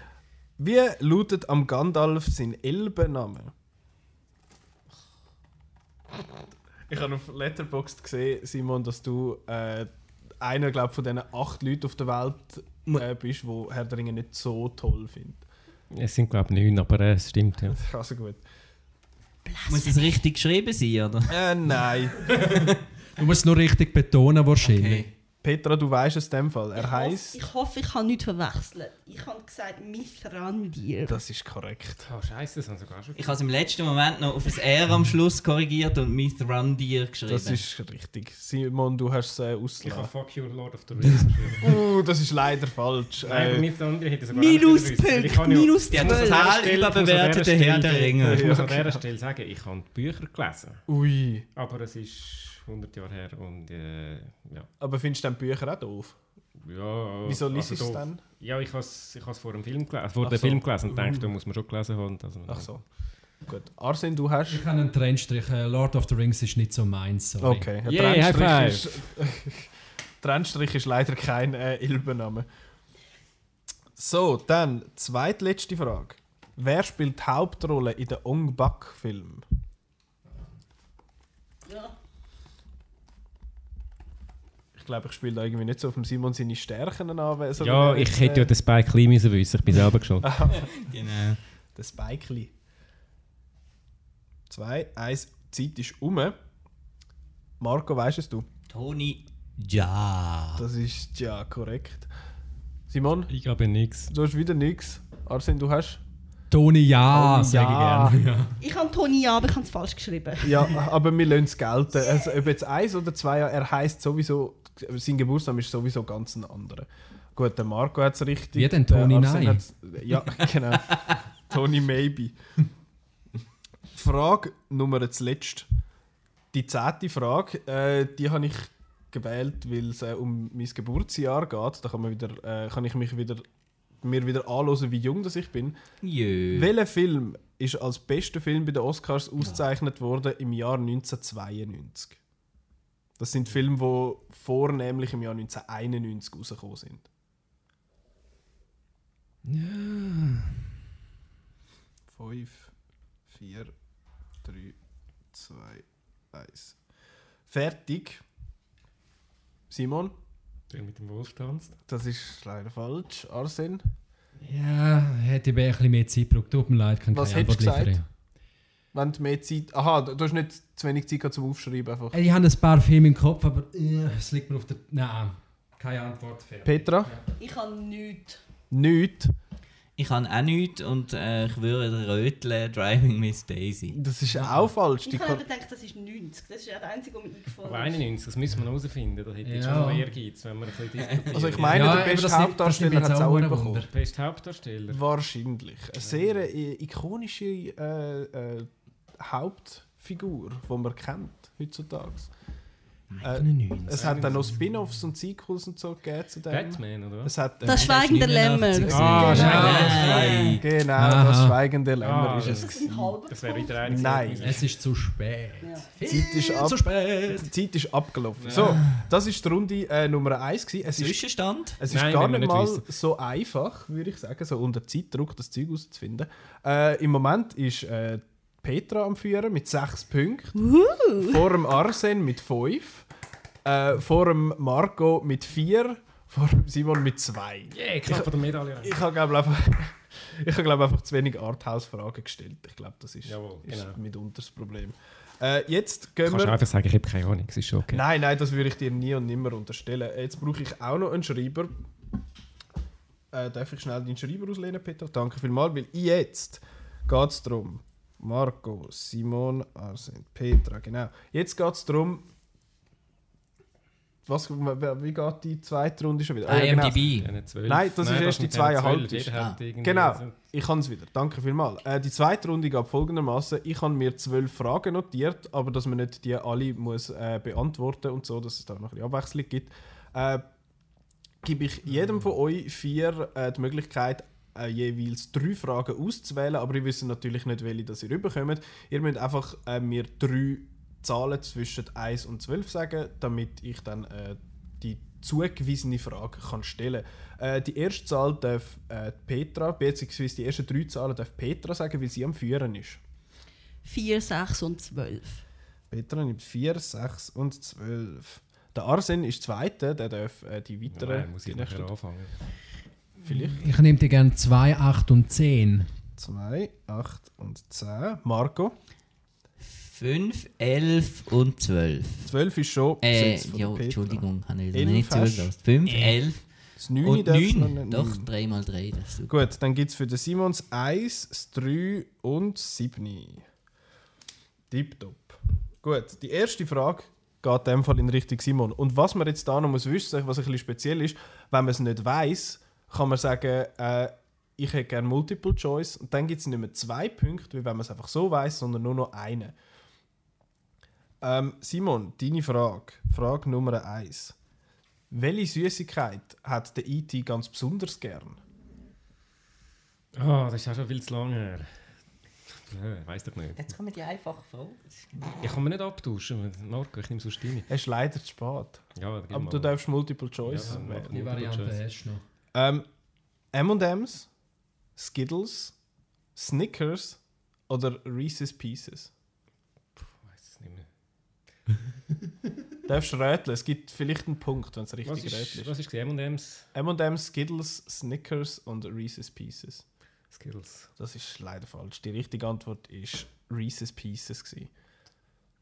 [SPEAKER 1] Wie lautet am Gandalf sein Elbenname? Ich habe auf Letterboxd gesehen, Simon, dass du äh, einer glaub, von diesen acht Leuten auf der Welt äh, bist, die Herr der Ringe nicht so toll findet.
[SPEAKER 3] Es sind, glaube ich, neun, aber äh, es stimmt, ja.
[SPEAKER 1] Also gut.
[SPEAKER 2] Muss es richtig geschrieben sein, oder?
[SPEAKER 1] Äh, nein.
[SPEAKER 5] Du musst es nur richtig betonen wahrscheinlich.
[SPEAKER 1] Petra, du weißt es in dem Fall. Er heißt.
[SPEAKER 4] Ich hoffe, ich habe nichts verwechselt. Ich habe gesagt, Mithrandir.
[SPEAKER 1] Das ist korrekt.
[SPEAKER 3] Oh, scheiße, das haben sie sogar schon
[SPEAKER 2] Ich habe es im letzten Moment noch auf das R am Schluss korrigiert und Mithrandir geschrieben.
[SPEAKER 1] Das ist richtig. Simon, du hast es äh,
[SPEAKER 3] Ich habe
[SPEAKER 1] ausgelassen.
[SPEAKER 3] Fuck Your Lord of the Rings geschrieben.
[SPEAKER 1] Uh, das ist leider falsch.
[SPEAKER 3] Nein,
[SPEAKER 1] Äh,
[SPEAKER 3] nicht der andere hätte sogar auch nicht gewusst, weil ich
[SPEAKER 4] Minuspunkt,
[SPEAKER 3] kann ja-
[SPEAKER 4] minus
[SPEAKER 2] Ja,
[SPEAKER 4] 12.
[SPEAKER 2] total.
[SPEAKER 3] Ich muss an dieser
[SPEAKER 2] überbewertete
[SPEAKER 3] Stelle-
[SPEAKER 2] Herr der Ringe.
[SPEAKER 3] Ich muss
[SPEAKER 1] Ja,
[SPEAKER 3] an dieser Stelle sagen, ich habe die Bücher gelesen.
[SPEAKER 1] Äh, ui.
[SPEAKER 3] Aber es ist 100 Jahre her und äh, ja.
[SPEAKER 1] Aber findest du dann die Bücher auch doof?
[SPEAKER 3] ja.
[SPEAKER 1] Wieso liest
[SPEAKER 3] also
[SPEAKER 1] du es
[SPEAKER 3] da-
[SPEAKER 1] dann?
[SPEAKER 3] Ja, ich habe es ich has vor dem Film gelesen, vor
[SPEAKER 1] Ach
[SPEAKER 3] dem
[SPEAKER 1] so. Mhm.
[SPEAKER 3] Film gelesen und denke, da muss man schon gelesen haben. dass man
[SPEAKER 1] Ach
[SPEAKER 3] dann-
[SPEAKER 1] so. Gut. Arsene, du hast.
[SPEAKER 5] Ich habe einen Trennstrich. Äh, Lord of the Rings ist nicht so meins. Sorry.
[SPEAKER 1] Okay.
[SPEAKER 3] Yay, High
[SPEAKER 1] Trennstrich ist, Trennstrich ist leider kein äh, Ilbenname. So, dann zweitletzte Frage. Wer spielt die Hauptrolle in den Ong Bak-Film?
[SPEAKER 4] Ja.
[SPEAKER 1] Ich glaube, ich spiele da irgendwie nicht so auf dem Simon seine Stärken an. so
[SPEAKER 3] Ja,
[SPEAKER 1] wie er
[SPEAKER 3] ich
[SPEAKER 1] jetzt,
[SPEAKER 3] hätte ja
[SPEAKER 1] äh, Ah.
[SPEAKER 3] den Spike Lee müssen wissen, ich bin selber geschaut.
[SPEAKER 2] genau.
[SPEAKER 1] äh, Das Bikeli. Zwei, eins, die Zeit ist um. Marco, weißt es du?
[SPEAKER 2] Tony Ja.
[SPEAKER 1] Das ist ja korrekt. Simon,
[SPEAKER 3] Ich habe nichts.
[SPEAKER 1] du hast wieder nichts. Arsene, du hast?
[SPEAKER 5] Toni, ja,
[SPEAKER 1] Toni,
[SPEAKER 5] sage
[SPEAKER 1] Oh, ja.
[SPEAKER 5] ich gerne.
[SPEAKER 4] Ich habe Toni ja, aber ich habe es falsch geschrieben.
[SPEAKER 1] Ja, aber wir lassen es gelten. Also, ob jetzt eins oder zwei, er heißt sowieso, sein Geburtsname ist sowieso ganz ein anderer. Gut, der Marco hat es richtig.
[SPEAKER 5] Wie denn,
[SPEAKER 1] der
[SPEAKER 5] Toni
[SPEAKER 1] Arsene
[SPEAKER 5] Nein?
[SPEAKER 1] hat's- Ja, genau. Tony Maybe. Frage Nummer zuletzt. Die zehnte Frage, äh, die habe ich gewählt, weil es äh, um mein Geburtsjahr geht. Da kann, man wieder, äh, kann ich mich wieder, mir wieder anhören, wie jung das ich bin.
[SPEAKER 2] Jö.
[SPEAKER 1] Welcher Film ist als bester Film bei den Oscars ausgezeichnet worden im Jahr 1992? Das sind Filme, die vornehmlich im Jahr 1991 rausgekommen sind. Fünf, vier, drei, zwei, eins. Fertig. Simon,
[SPEAKER 3] Der mit dem Wolf tanzt.
[SPEAKER 1] das ist leider falsch. Arsene?
[SPEAKER 5] Ja, hätte ich mir ein bisschen mehr Zeit gebraucht. Tut mir leid, kann
[SPEAKER 1] Was
[SPEAKER 5] keine
[SPEAKER 1] hättest du
[SPEAKER 5] Antwort
[SPEAKER 1] gesagt? Wenn du mehr Zeit. Aha, du du hast nicht zu wenig Zeit gehabt zum Aufschreiben. Einfach.
[SPEAKER 5] Äh, Ich habe ein paar Filme im Kopf, aber äh, es liegt mir auf der... Nein, keine Antwort. fertig.
[SPEAKER 1] Petra?
[SPEAKER 4] Ich habe nichts.
[SPEAKER 1] Nicht.
[SPEAKER 2] Ich kann auch nichts und äh, ich würde röteln Driving Miss Daisy.
[SPEAKER 1] Das ist auch falsch. Die
[SPEAKER 4] Ich habe eben
[SPEAKER 1] Kon
[SPEAKER 4] gedacht, das ist 90. Das ist ja der einzige, der mir
[SPEAKER 3] Aber
[SPEAKER 4] eingefallen ist.
[SPEAKER 3] 91, das müssen wir noch herausfinden. Da hätte ich
[SPEAKER 5] Ja.
[SPEAKER 3] schon noch Ehrgeiz, wenn wir ein bisschen diskutieren.
[SPEAKER 1] also ich meine,
[SPEAKER 5] Ja,
[SPEAKER 1] der
[SPEAKER 5] aber das
[SPEAKER 1] beste
[SPEAKER 5] nimmt- das
[SPEAKER 1] Hauptdarsteller
[SPEAKER 5] nimmt jetzt
[SPEAKER 1] hat es
[SPEAKER 5] auch
[SPEAKER 1] auch
[SPEAKER 5] einen
[SPEAKER 1] bekommen.
[SPEAKER 5] Wunder.
[SPEAKER 3] Best
[SPEAKER 1] Äh,
[SPEAKER 3] Hauptdarsteller.
[SPEAKER 1] Wahrscheinlich. Eine sehr äh, ikonische äh, äh, Hauptfigur, die man kennt heutzutage. Äh,
[SPEAKER 5] 91.
[SPEAKER 1] es hat dann noch Spin-offs und Sequels und so gegeben zu dem.
[SPEAKER 3] Batman, oder was?
[SPEAKER 1] Es hat, äh,
[SPEAKER 4] Das Schweigen der Lämmer.
[SPEAKER 3] Ah,
[SPEAKER 1] genau,
[SPEAKER 2] Nein.
[SPEAKER 1] genau
[SPEAKER 5] Aha.
[SPEAKER 1] das schweigende Lämmer
[SPEAKER 3] Ah,
[SPEAKER 1] ist es.
[SPEAKER 4] Das ist ein halber
[SPEAKER 3] Das wäre wieder
[SPEAKER 4] Punkt.
[SPEAKER 3] einer.
[SPEAKER 1] Nein.
[SPEAKER 5] Es ist zu spät.
[SPEAKER 4] Ja.
[SPEAKER 1] Die Zeit ist, ab
[SPEAKER 5] Zu spät.
[SPEAKER 1] die Zeit ist abgelaufen. So, das ist die Runde äh, Nummer 1. Es ist
[SPEAKER 2] Zwischenstand?
[SPEAKER 1] Es
[SPEAKER 3] Nein,
[SPEAKER 1] ist gar
[SPEAKER 3] wenn wir
[SPEAKER 1] nicht,
[SPEAKER 3] nicht
[SPEAKER 1] mal
[SPEAKER 3] wissen.
[SPEAKER 1] so einfach, würde ich sagen, so unter Zeitdruck das Zeug herauszufinden. Äh, Im Moment ist äh, Petra am Führen mit sechs Punkten, vor dem Arsen mit fünf, äh, vor dem Marco mit vier, vor dem Simon mit zwei.
[SPEAKER 3] Yeah, knapp von der Medaille.
[SPEAKER 1] Ich habe, glaube einfach, ich hab, glaub, einfach zu wenig Arthouse-Fragen gestellt. Ich glaube, das ist,
[SPEAKER 3] Jawohl,
[SPEAKER 1] ist
[SPEAKER 3] genau.
[SPEAKER 1] mitunter das Problem. Äh, jetzt gehen
[SPEAKER 3] Kannst du
[SPEAKER 1] wir...
[SPEAKER 3] einfach sagen, ich habe keine Ahnung, es ist schon okay.
[SPEAKER 1] Nein, nein, das würde ich dir nie und nimmer unterstellen. Jetzt brauche ich auch noch einen Schreiber. Äh, darf ich schnell deinen Schreiber auslehnen, Peter? Danke vielmals, weil jetzt geht es darum. Marco, Simon, Arsene, Petra, genau. Jetzt geht es darum. Was, wie geht die zweite Runde schon wieder? Ah, ja, genau.
[SPEAKER 2] IMDb.
[SPEAKER 3] Diesen zwölf.
[SPEAKER 1] Nein, das ist erst die
[SPEAKER 3] mit diesen
[SPEAKER 1] zweieinhalb
[SPEAKER 3] zwölf,
[SPEAKER 1] ist.
[SPEAKER 3] jeder hat irgendwie also.
[SPEAKER 1] Genau,
[SPEAKER 3] so-
[SPEAKER 1] ich kann es wieder. Danke vielmals. Äh, die zweite Runde geht folgendermaßen: Ich habe mir zwölf Fragen notiert, aber dass man nicht die alle muss äh, beantworten und so, dass es da noch ein bisschen Abwechslung gibt. Äh, gebe ich jedem von euch vier äh, die Möglichkeit, äh, jeweils drei Fragen auszuwählen, aber ihr wisst natürlich nicht, welche das ihr rüberkommt. Ihr müsst einfach äh, mir drei Zahlen zwischen 1 und 12 sagen, damit ich dann äh, die zugewiesene Frage kann stellen äh, Die erste Zahl darf äh, Petra, beziehungsweise die ersten drei Zahlen darf Petra sagen, weil sie am Führen ist.
[SPEAKER 4] 4, 6 und 12.
[SPEAKER 1] Petra nimmt 4, 6 und 12. Der Arsen ist Zweiter, der darf äh, die weiteren.
[SPEAKER 3] Nein, muss ich
[SPEAKER 1] die nächsten-
[SPEAKER 3] nachher anfangen.
[SPEAKER 1] Vielleicht.
[SPEAKER 5] Ich nehme dir gerne 2, 8 und 10.
[SPEAKER 1] 2, 8 und 10. Marco.
[SPEAKER 2] 5, 11 und 12.
[SPEAKER 1] 12 ist schon
[SPEAKER 2] Äh,
[SPEAKER 1] besetzt von
[SPEAKER 2] ja,
[SPEAKER 1] Petra.
[SPEAKER 2] Entschuldigung, habe ich
[SPEAKER 1] Elf
[SPEAKER 2] noch nicht
[SPEAKER 1] hast-
[SPEAKER 2] zugelassen. 5, 11
[SPEAKER 1] Das 9
[SPEAKER 2] und
[SPEAKER 1] darfst du noch
[SPEAKER 2] 9.
[SPEAKER 1] nicht
[SPEAKER 2] Doch,
[SPEAKER 1] nehmen.
[SPEAKER 2] 3 mal 3, das ist super.
[SPEAKER 1] Gut, dann gibt es für den Simons 1, das 3 und 7. Tipptopp. Gut, die erste Frage geht in dem Fall in Richtung Simon. Und was man jetzt da noch muss wissen, was ein bisschen speziell ist, wenn man es nicht weiß, kann man sagen, äh, ich hätte gerne Multiple Choice. Und dann gibt es nicht mehr zwei Punkte, wie wenn man es einfach so weiß, sondern nur noch einen. Ähm, Simon, deine Frage. Frage Nummer 1. Welche Süßigkeit hat der IT ganz besonders gern?
[SPEAKER 3] Ah, das ist auch schon viel zu lange her. Äh, Ich weiß doch nicht.
[SPEAKER 2] Jetzt kommen die einfachen Fragen.
[SPEAKER 3] Ich kann mir nicht abtauschen. Marco, ich nehme sonst deine.
[SPEAKER 1] Es ist leider zu spät.
[SPEAKER 3] Ja, gib
[SPEAKER 1] Aber
[SPEAKER 3] mal.
[SPEAKER 1] du darfst Multiple Choice
[SPEAKER 3] Ja, dann
[SPEAKER 1] wählen.
[SPEAKER 3] mach Die Variante
[SPEAKER 5] hast du noch.
[SPEAKER 1] Ähm, M&M's, Skittles, Snickers oder Reese's Pieces?
[SPEAKER 3] Ich weiss es nicht mehr.
[SPEAKER 1] Du darfst rätseln. Es gibt vielleicht einen Punkt, wenn es
[SPEAKER 3] Was
[SPEAKER 1] richtig
[SPEAKER 3] ist,
[SPEAKER 1] rätselst.
[SPEAKER 3] was ist gewesen? M&M's?
[SPEAKER 1] M&M's, Skittles, Snickers und Reese's Pieces.
[SPEAKER 3] Skittles.
[SPEAKER 1] Das ist leider falsch. Die richtige Antwort ist Reese's Pieces. Gewesen.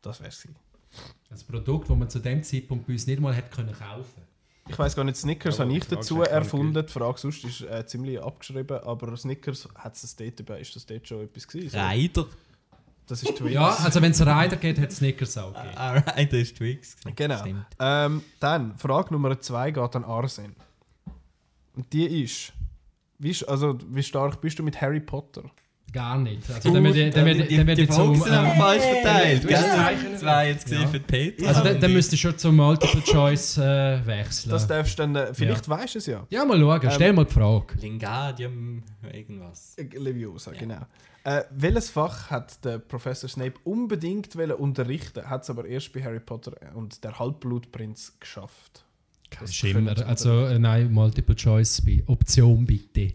[SPEAKER 1] Das wär's gewesen.
[SPEAKER 5] Ein Produkt, das man zu dem Zeitpunkt bei uns nicht mal hätte können kaufen
[SPEAKER 1] Ich weiß gar nicht, Snickers
[SPEAKER 3] Ja,
[SPEAKER 1] habe
[SPEAKER 3] die
[SPEAKER 1] ich
[SPEAKER 3] Frage
[SPEAKER 1] dazu
[SPEAKER 3] ist eigentlich gar nicht
[SPEAKER 1] erfunden. Die Frage sonst ist äh, ziemlich abgeschrieben, aber Snickers hat es dort, dabei- ist das dort schon etwas gewesen?
[SPEAKER 2] Reiter.
[SPEAKER 1] Das ist Twix.
[SPEAKER 5] Ja, also wenn es Rider geht, hat es Snickers auch gegeben.
[SPEAKER 2] Ah, Reiter ist Twix.
[SPEAKER 1] Genau.
[SPEAKER 2] Stimmt.
[SPEAKER 1] Ähm, dann, Frage Nummer 2 geht an Arsen. Und die ist, wie, sch- also, wie stark bist du mit Harry Potter?
[SPEAKER 5] Gar nicht. Also dann wird die- dann wird- dann wird
[SPEAKER 2] Oh, die
[SPEAKER 5] die
[SPEAKER 2] Fragen
[SPEAKER 5] zum...
[SPEAKER 2] sind aber
[SPEAKER 5] äh,
[SPEAKER 2] falsch verteilt.
[SPEAKER 3] du
[SPEAKER 2] gell?
[SPEAKER 3] hast Zeichen.
[SPEAKER 2] Zwei jetzt gesehen für die Peter.
[SPEAKER 5] Also dann,
[SPEAKER 2] Und
[SPEAKER 5] dann
[SPEAKER 2] ich-
[SPEAKER 5] müsstest du schon zum Multiple Choice äh, wechseln.
[SPEAKER 1] Das darfst du dann, äh, vielleicht weißt du es ja.
[SPEAKER 5] ja, mal schauen. Stell mal die Frage.
[SPEAKER 2] Lingardium, irgendwas.
[SPEAKER 1] Äh, Leviosa, genau. Äh, welches Fach hat der Professor Snape unbedingt wollen unterrichten, hat es aber erst bei Harry Potter und der Halbblutprinz geschafft?
[SPEAKER 5] Kein
[SPEAKER 1] Das
[SPEAKER 5] Schimmer.
[SPEAKER 1] könnte-
[SPEAKER 5] Also äh, nein, Multiple Choice bi- Option bitte.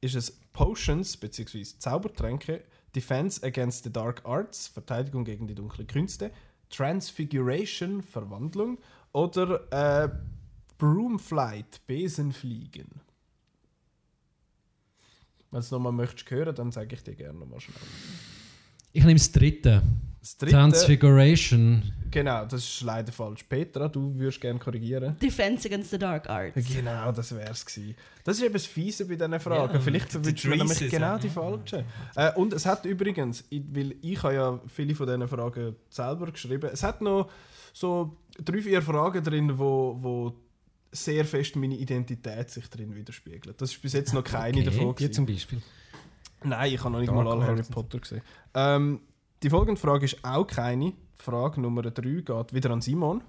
[SPEAKER 1] Ist es Potions bzw. Zaubertränke, Defense Against the Dark Arts, Verteidigung gegen die dunklen Künste, Transfiguration, Verwandlung oder äh, Broomflight, Besenfliegen? Wenn du es nochmal möchtest hören, dann sage ich dir gerne nochmal schnell.
[SPEAKER 5] Ich nehme das dritte.
[SPEAKER 1] Das dritte,
[SPEAKER 5] Transfiguration.
[SPEAKER 1] genau, das ist leider falsch. Petra, du würdest gerne korrigieren.
[SPEAKER 4] Defense Against the Dark Arts.
[SPEAKER 1] Genau, das wär's gewesen. Das ist eben das Fiese bei diesen Fragen.
[SPEAKER 2] Ja,
[SPEAKER 1] Vielleicht
[SPEAKER 2] die
[SPEAKER 1] verwünscht man nämlich
[SPEAKER 2] Choices,
[SPEAKER 1] genau
[SPEAKER 2] ja.
[SPEAKER 1] die falschen. Äh, und es hat übrigens, ich, weil ich habe ja viele von diesen Fragen selber geschrieben, es hat noch so drei, vier Fragen drin, wo, wo sehr fest meine Identität sich drin widerspiegelt. Das ist bis jetzt noch keine
[SPEAKER 5] Okay,
[SPEAKER 1] davon.
[SPEAKER 3] Dir
[SPEAKER 1] gewesen.
[SPEAKER 3] zum Beispiel.
[SPEAKER 1] Nein, ich habe noch nicht
[SPEAKER 3] Dark
[SPEAKER 1] mal alle Harry
[SPEAKER 3] Arts.
[SPEAKER 1] Potter gesehen. Ähm, die folgende Frage ist auch keine. Frage Nummer 3 geht wieder an Simon.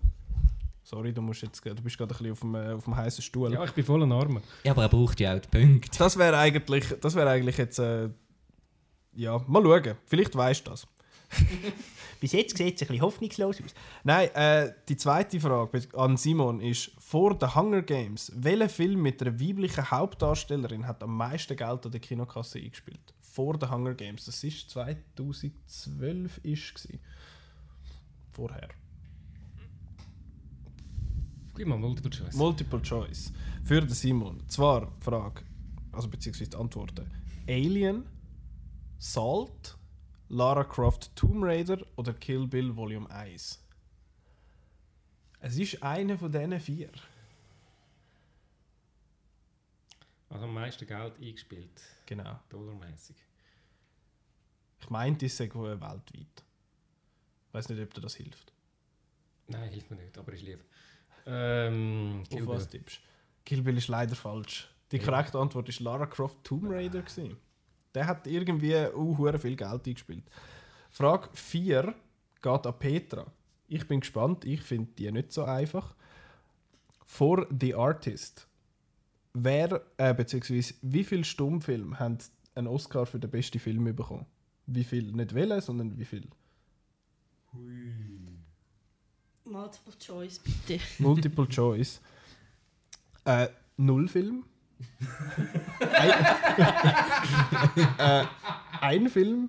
[SPEAKER 1] Sorry, du, musst jetzt, du bist gerade ein bisschen auf dem, äh, auf dem heißen Stuhl.
[SPEAKER 3] Ja, ich bin voller Arme.
[SPEAKER 2] Ja, aber er braucht ja auch die Punkte.
[SPEAKER 1] Das wäre eigentlich, das wäre eigentlich jetzt, äh, ja, mal schauen. Vielleicht weißt du das. Bis jetzt sieht es ein bisschen hoffnungslos aus. Nein, äh, die zweite Frage an Simon ist: Vor den Hunger Games, welcher Film mit einer weiblichen Hauptdarstellerin hat am meisten Geld an der Kinokasse eingespielt? Vor den Hunger Games, das ist 2012 ist gsi. Vorher.
[SPEAKER 3] Gib mal Multiple Choice.
[SPEAKER 1] Multiple Choice. Für den Simon. Zwar die Frage, also beziehungsweise die Antworten. Alien, Salt, Lara Croft Tomb Raider oder Kill Bill Volume 1? Es ist eine von diesen vier.
[SPEAKER 3] Also am meisten Geld eingespielt.
[SPEAKER 1] Genau.
[SPEAKER 3] Dollarmäßig.
[SPEAKER 1] Ich meinte, es sei wohl weltweit. Ich weiß nicht, ob dir das hilft.
[SPEAKER 3] Nein, hilft mir nicht, aber ist lieb. Ähm,
[SPEAKER 1] Auf
[SPEAKER 3] Kill
[SPEAKER 1] was
[SPEAKER 3] Bill.
[SPEAKER 1] tippst Kill Bill ist leider falsch. Die korrekte Antwort ist Lara Croft Tomb Raider. Gewesen. Der hat irgendwie uh, hure viel Geld eingespielt. Frage 4 geht an Petra. Ich bin gespannt, ich finde die nicht so einfach. For the Artist. Wer, äh, beziehungsweise wie viele Stummfilme haben einen Oscar für den besten Film bekommen? Wie viel? Nicht welche, sondern wie viel?
[SPEAKER 4] Multiple Choice, bitte.
[SPEAKER 1] Multiple Choice. Äh, null Film. ein, äh, ein Film,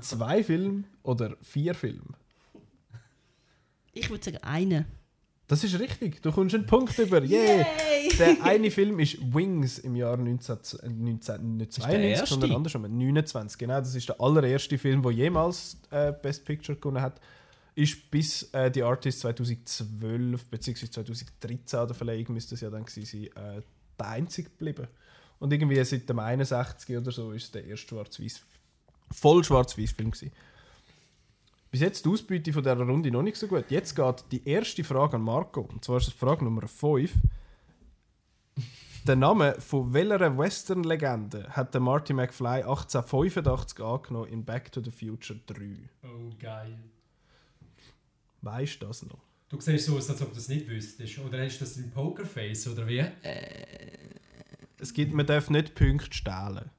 [SPEAKER 1] zwei Film oder vier Film.
[SPEAKER 4] Ich würde sagen, einen.
[SPEAKER 1] Das ist richtig, du kommst einen Punkt über. Yay!
[SPEAKER 4] Yay!
[SPEAKER 1] Der eine Film ist Wings im Jahr 19, äh, 19, nicht
[SPEAKER 2] der erste?
[SPEAKER 1] 92, sondern andersrum, 29. Genau, das ist der allererste Film, der jemals äh, Best Picture gewonnen hat. Ist bis äh, die Artist 2012 bzw. 2013 an der Verleihung müsste es ja dann gewesen sein, äh, der einzige geblieben. Und irgendwie seit dem 61 oder so ist es der erste schwarz-weiß, voll schwarz-weiß Film gewesen. Bis jetzt die Ausbeute von dieser Runde noch nicht so gut. Jetzt geht die erste Frage an Marco. Und zwar ist das Frage Nummer 5. Der Name von welcher Western-Legende hat der Marty McFly 1885 angenommen in Back to the Future 3?
[SPEAKER 3] Oh, geil.
[SPEAKER 1] Weißt du das noch?
[SPEAKER 3] Du siehst so aus, als ob du das nicht wüsstest. Oder hast du das im Pokerface, oder wie?
[SPEAKER 1] Es gibt, man darf nicht Punkte stehlen.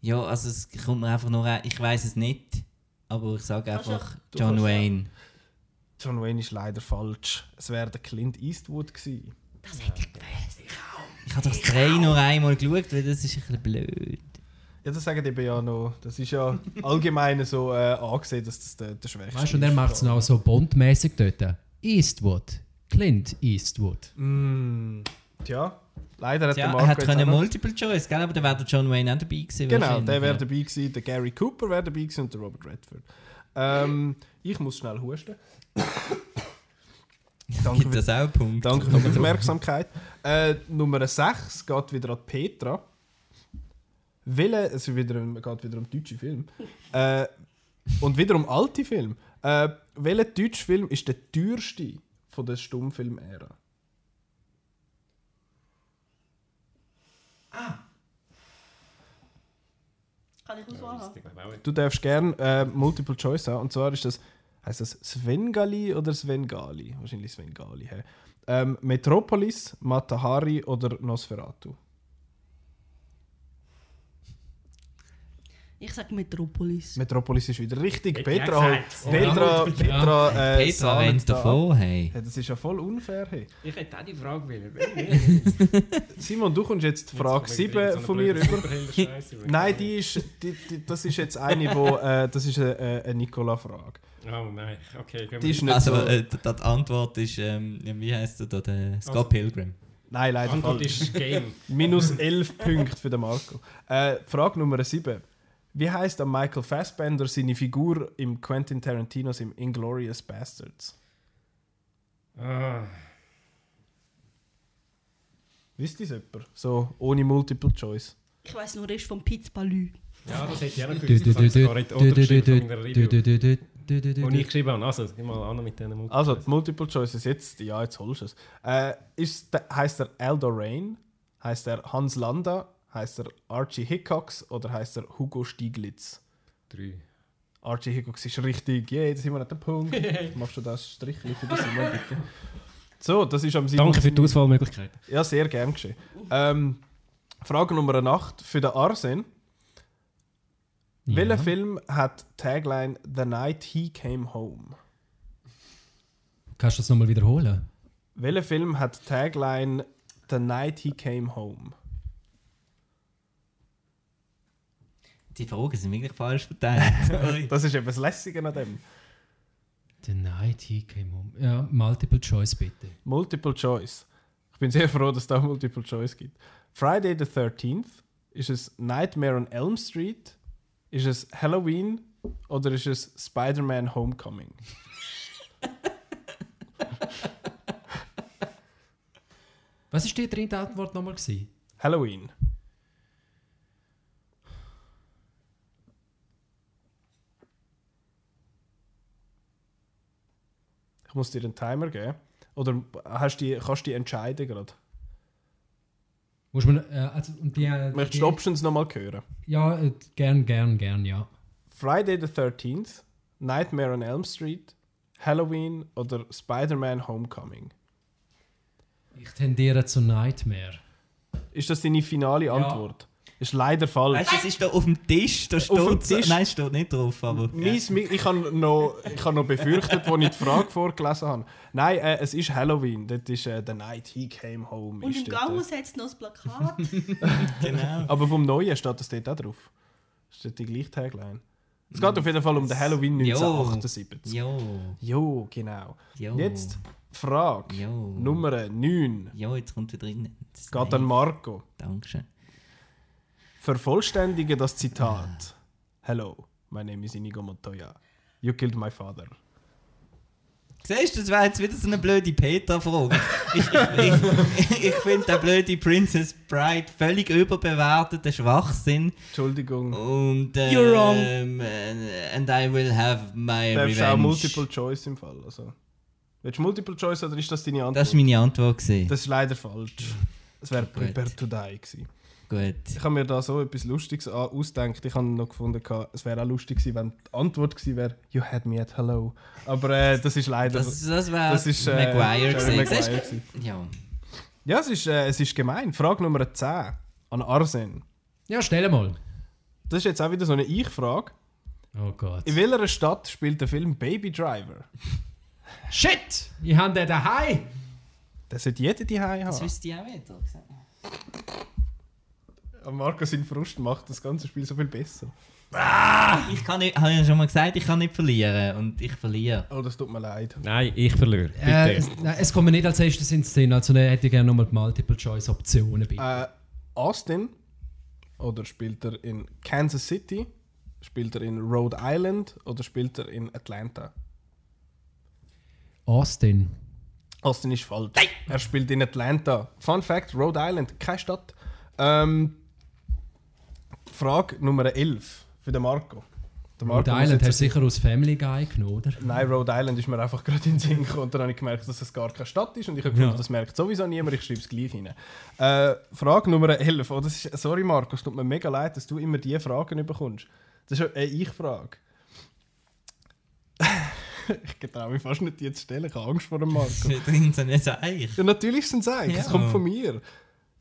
[SPEAKER 2] Ja, also es kommt mir einfach nur ein, ich weiß es nicht, aber ich sage
[SPEAKER 4] Kannst du-
[SPEAKER 2] einfach
[SPEAKER 1] du
[SPEAKER 2] John
[SPEAKER 1] kannst
[SPEAKER 2] Wayne.
[SPEAKER 1] John Wayne ist leider falsch. Es wäre der Clint Eastwood gewesen.
[SPEAKER 4] Das hätte ich gewusst.
[SPEAKER 2] Ich habe das drei nur einmal geschaut, weil das ist ein bisschen blöd.
[SPEAKER 1] Ja, das sagen eben ja noch. Das ist ja allgemein so äh, angesehen, dass das der, der Schwächste
[SPEAKER 5] Weißt du, und er
[SPEAKER 1] ist.
[SPEAKER 5] macht es noch so bondmäßig dort. Eastwood. Clint Eastwood.
[SPEAKER 1] Mm, tja, leider hat der
[SPEAKER 2] Ja,
[SPEAKER 1] Marco
[SPEAKER 2] er hat
[SPEAKER 1] jetzt
[SPEAKER 2] können
[SPEAKER 1] auch noch-
[SPEAKER 2] Multiple Choice, gell? aber dann wäre der John Wayne auch dabei gewesen.
[SPEAKER 1] Genau,
[SPEAKER 2] wahrscheinlich,
[SPEAKER 1] der wäre
[SPEAKER 2] ja.
[SPEAKER 1] dabei gewesen, der Gary Cooper wäre dabei gewesen und der Robert Redford. Ähm, ich muss schnell husten. danke,
[SPEAKER 2] Gibt
[SPEAKER 1] für,
[SPEAKER 2] das auch einen Punkt?
[SPEAKER 1] danke für die Aufmerksamkeit. Äh, Nummer 6 geht wieder an Petra. Wille, es ist wieder, um- geht wieder um deutsche Film. Äh, und wieder um alte Film. Äh, welcher deutsche Film ist der teuerste von der Stummfilm-Ära?
[SPEAKER 4] Kann ich Auswahl haben?
[SPEAKER 1] Du darfst gerne äh, Multiple Choice haben. Und zwar ist das, heißt das Svengali oder Svengali? Wahrscheinlich Svengali. hä? Ähm, Metropolis, Matahari oder Nosferatu?
[SPEAKER 4] Ich sage Metropolis.
[SPEAKER 1] Metropolis ist wieder richtig.
[SPEAKER 3] Hätte
[SPEAKER 1] Petra,
[SPEAKER 3] ich auch
[SPEAKER 1] holt-
[SPEAKER 3] gesagt.
[SPEAKER 1] Petra,
[SPEAKER 3] Ja.
[SPEAKER 1] Petra, äh,
[SPEAKER 2] Petra
[SPEAKER 1] zahlt
[SPEAKER 2] rennt
[SPEAKER 1] da ab.
[SPEAKER 2] davon, hey.
[SPEAKER 1] Hey, das ist ja voll unfair. Hey.
[SPEAKER 3] Ich hätte auch die Frage wählen.
[SPEAKER 1] Simon, du kommst jetzt die Frage 7 von mir über. Nein, die ist, die, die, das ist jetzt eine, wo, äh, das ist eine, äh, eine Nicola-Frage.
[SPEAKER 3] Oh nein, okay. gehen wir-
[SPEAKER 1] Die ist nicht
[SPEAKER 2] Also,
[SPEAKER 1] so...
[SPEAKER 2] äh, d- d- die Antwort ist, ähm, wie heißt der, da, der Scott
[SPEAKER 3] Also-
[SPEAKER 2] Pilgrim?
[SPEAKER 1] Nein, leider
[SPEAKER 3] Antwort
[SPEAKER 1] falsch.
[SPEAKER 3] ist Game.
[SPEAKER 1] Minus 11 Punkte für den Marco. Äh, Frage Nummer 7. Wie heißt am Michael Fassbender seine Figur im Quentin Tarantinos im Inglorious Bastards?
[SPEAKER 3] Ah,
[SPEAKER 1] Wisst ihr es jemand? So, ohne Multiple Choice.
[SPEAKER 4] Ich weiss nur, er ist vom Piz Palü.
[SPEAKER 3] ja, das hätte ich auch noch gewusst. Ich habe es gar nicht untergeschrieben von meiner Review. Und ich
[SPEAKER 5] Ich
[SPEAKER 3] geschrieben habe, also, geh mal an mit diesen Mund.
[SPEAKER 1] Also, die Multiple Choices jetzt, ja, jetzt holst du es. Äh, ist der, heißt er Aldo Rain? Heißt er Hans Landa? Heißt er Archie Hickox? Oder heißt er Hugo Stieglitz?
[SPEAKER 3] Drei.
[SPEAKER 1] Archie Hickox ist richtig. Yay, jetzt sind wir an dem Punkt. Machst du das Strichchen für den Simon, bitte? So, das ist am Simon.
[SPEAKER 3] Danke für die Auswahlmöglichkeit.
[SPEAKER 1] Ja, sehr gern geschehen. Ähm, Frage Nummer 8 für den Arsen. Welcher Film hat die Tagline The Night He Came Home?
[SPEAKER 5] Kannst du das nochmal wiederholen?
[SPEAKER 1] Welcher Film hat die Tagline The Night He Came Home?
[SPEAKER 2] Die Fragen sind wirklich falsch verteilt. Sorry.
[SPEAKER 1] Das ist etwas lässiger an dem.
[SPEAKER 5] The Night He Came Home. Ja, Multiple Choice bitte.
[SPEAKER 1] Multiple Choice. Ich bin sehr froh, dass es da Multiple Choice gibt. Friday the 13th? Ist es Nightmare on Elm Street? Ist es Halloween? Oder ist es Spider-Man Homecoming?
[SPEAKER 5] Was ist die dritte Antwort nochmal gewesen?
[SPEAKER 1] Halloween. Ich muss dir einen Timer geben. Oder hast die, kannst du die entscheiden gerade?
[SPEAKER 5] Muss man, äh, also, und die, äh,
[SPEAKER 1] Möchtest du
[SPEAKER 5] die-
[SPEAKER 1] die Options nochmal hören?
[SPEAKER 5] Ja, äh, gern, gern, gern, ja.
[SPEAKER 1] Friday the 13th, Nightmare on Elm Street, Halloween oder Spider-Man Homecoming?
[SPEAKER 5] Ich tendiere zu Nightmare.
[SPEAKER 1] Ist das deine finale Antwort? Ist leider falsch.
[SPEAKER 2] Weißt du, es ist da auf dem Tisch, da steht
[SPEAKER 1] dem Tisch?
[SPEAKER 2] Nein, es steht nicht drauf, aber.
[SPEAKER 1] Mein, mein, ich habe noch, ich hab noch befürchtet, als ich die Frage vorgelesen habe. Nein, äh, es ist Halloween. Das ist äh, The Night He Came Home.
[SPEAKER 4] Und
[SPEAKER 1] ist
[SPEAKER 4] im
[SPEAKER 1] dort, äh.
[SPEAKER 4] Gauhaus hat es noch das Plakat.
[SPEAKER 2] Genau.
[SPEAKER 1] Aber vom Neuen steht das dort auch drauf. Steht die gleiche Tagline. Es geht auf jeden Fall um den Halloween
[SPEAKER 2] Jo.
[SPEAKER 1] 1978. Jo,
[SPEAKER 2] Jo,
[SPEAKER 1] genau.
[SPEAKER 2] Jo.
[SPEAKER 1] Jetzt Frage
[SPEAKER 2] Jo.
[SPEAKER 1] Nummer 9.
[SPEAKER 2] jo, jetzt kommt er drin.
[SPEAKER 1] Es geht an Marco.
[SPEAKER 2] Dankeschön.
[SPEAKER 1] Vervollständige das Zitat. Hello, my name is Inigo Montoya. You killed my father.
[SPEAKER 2] Siehst du, das wäre jetzt wieder so eine blöde Petra-Frage. Ich, ich, ich, ich finde den blöden Princess Bride völlig überbewertet, der Schwachsinn.
[SPEAKER 1] Entschuldigung.
[SPEAKER 2] Und, äh,
[SPEAKER 4] You're wrong.
[SPEAKER 2] ähm, äh, and I will have
[SPEAKER 1] Du
[SPEAKER 2] my
[SPEAKER 1] darfst auch
[SPEAKER 2] revenge.
[SPEAKER 1] Multiple Choice im Fall. Also. Willst du Multiple Choice oder ist das deine Antwort?
[SPEAKER 2] das war meine Antwort. Gewesen.
[SPEAKER 1] Das ist leider falsch. Es wäre
[SPEAKER 2] Gut.
[SPEAKER 1] Prepare to Die gewesen.
[SPEAKER 2] Gut.
[SPEAKER 1] Ich habe mir da so etwas Lustiges a- ausgedacht. Ich habe noch gefunden, ka- es wäre auch lustig gewesen, wenn die Antwort gewesen wäre, you had me at hello. Aber äh, das ist leider...
[SPEAKER 2] Das, das war
[SPEAKER 1] das ist, äh,
[SPEAKER 2] Maguire.
[SPEAKER 1] Jerry
[SPEAKER 2] gewesen.
[SPEAKER 1] Maguire
[SPEAKER 2] Siehst
[SPEAKER 1] gewesen.
[SPEAKER 2] du? Ja.
[SPEAKER 1] Ja, es ist, äh, es ist gemein. Frage Nummer 10 an Arsen.
[SPEAKER 5] Ja, stell mal.
[SPEAKER 1] Das ist jetzt auch wieder so eine Ich-Frage.
[SPEAKER 5] Oh Gott.
[SPEAKER 1] In welcher Stadt spielt der Film Baby Driver?
[SPEAKER 5] Shit! Ich habe den daheim!
[SPEAKER 1] Das sollte jeder die
[SPEAKER 2] Das
[SPEAKER 1] haben.
[SPEAKER 2] wüsste ich auch wieder.
[SPEAKER 1] Marco, sein Frust macht das ganze Spiel so viel besser.
[SPEAKER 2] Ich kann nicht, habe ja schon mal gesagt, ich kann nicht verlieren. Und ich verliere.
[SPEAKER 1] Oh, das tut mir leid.
[SPEAKER 3] Nein, ich verliere. Bitte.
[SPEAKER 5] Äh, es, nein, es kommt mir nicht als erstes ins Sinn, also ne, hätte ich gerne nochmal die Multiple-Choice-Optionen. bitte.
[SPEAKER 1] Äh, Austin oder spielt er in Kansas City? Spielt er in Rhode Island oder spielt er in Atlanta?
[SPEAKER 5] Austin.
[SPEAKER 1] Austin ist falsch. Er spielt in Atlanta. Fun Fact: Rhode Island, keine Stadt. Ähm, Frage Nummer 11 für den Marco. Der
[SPEAKER 5] Rhode
[SPEAKER 1] muss
[SPEAKER 5] Island
[SPEAKER 1] jetzt-
[SPEAKER 5] hast du sicher aus Family Guy genommen, oder?
[SPEAKER 1] Nein, Rhode Island ist mir einfach gerade in den Sinn gekommen. Und dann habe ich gemerkt, dass es gar keine Stadt ist. Und ich habe gefunden,
[SPEAKER 5] Ja.
[SPEAKER 1] das merkt sowieso niemand. Ich schreibe es gleich rein. Äh, Frage Nummer 11. Oh, das ist, sorry, Markus, es tut mir mega leid, dass du immer diese Fragen bekommst. Das ist eine Ich-Frage. ich traue mich fast nicht, die zu stellen. Ich habe Angst vor dem Marco.
[SPEAKER 2] Für drin sind es eigentlich.
[SPEAKER 1] Ja, natürlich ist es ein Zeig. Es
[SPEAKER 2] Ja.
[SPEAKER 1] kommt von mir.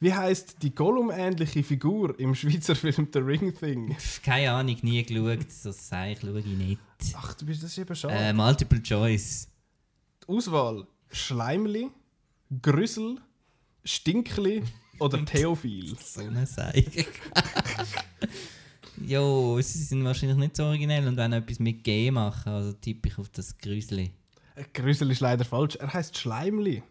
[SPEAKER 1] Wie heißt die Gollum-ähnliche Figur im Schweizer Film The Ring Thing?
[SPEAKER 2] Keine Ahnung, nie geschaut. Das sei ich, schaue ich nicht.
[SPEAKER 1] Ach, du bist das ist eben schade.
[SPEAKER 2] Äh, Multiple Choice.
[SPEAKER 1] Die Auswahl: Schleimli, Grüssel, Stinkli oder Theophil.
[SPEAKER 2] So eine Seige. jo, sie sind wahrscheinlich nicht so originell und wollen etwas mit G machen. Also tippe ich auf das Grüsli.
[SPEAKER 1] Äh, Grüssel ist leider falsch. Er heißt Schleimli.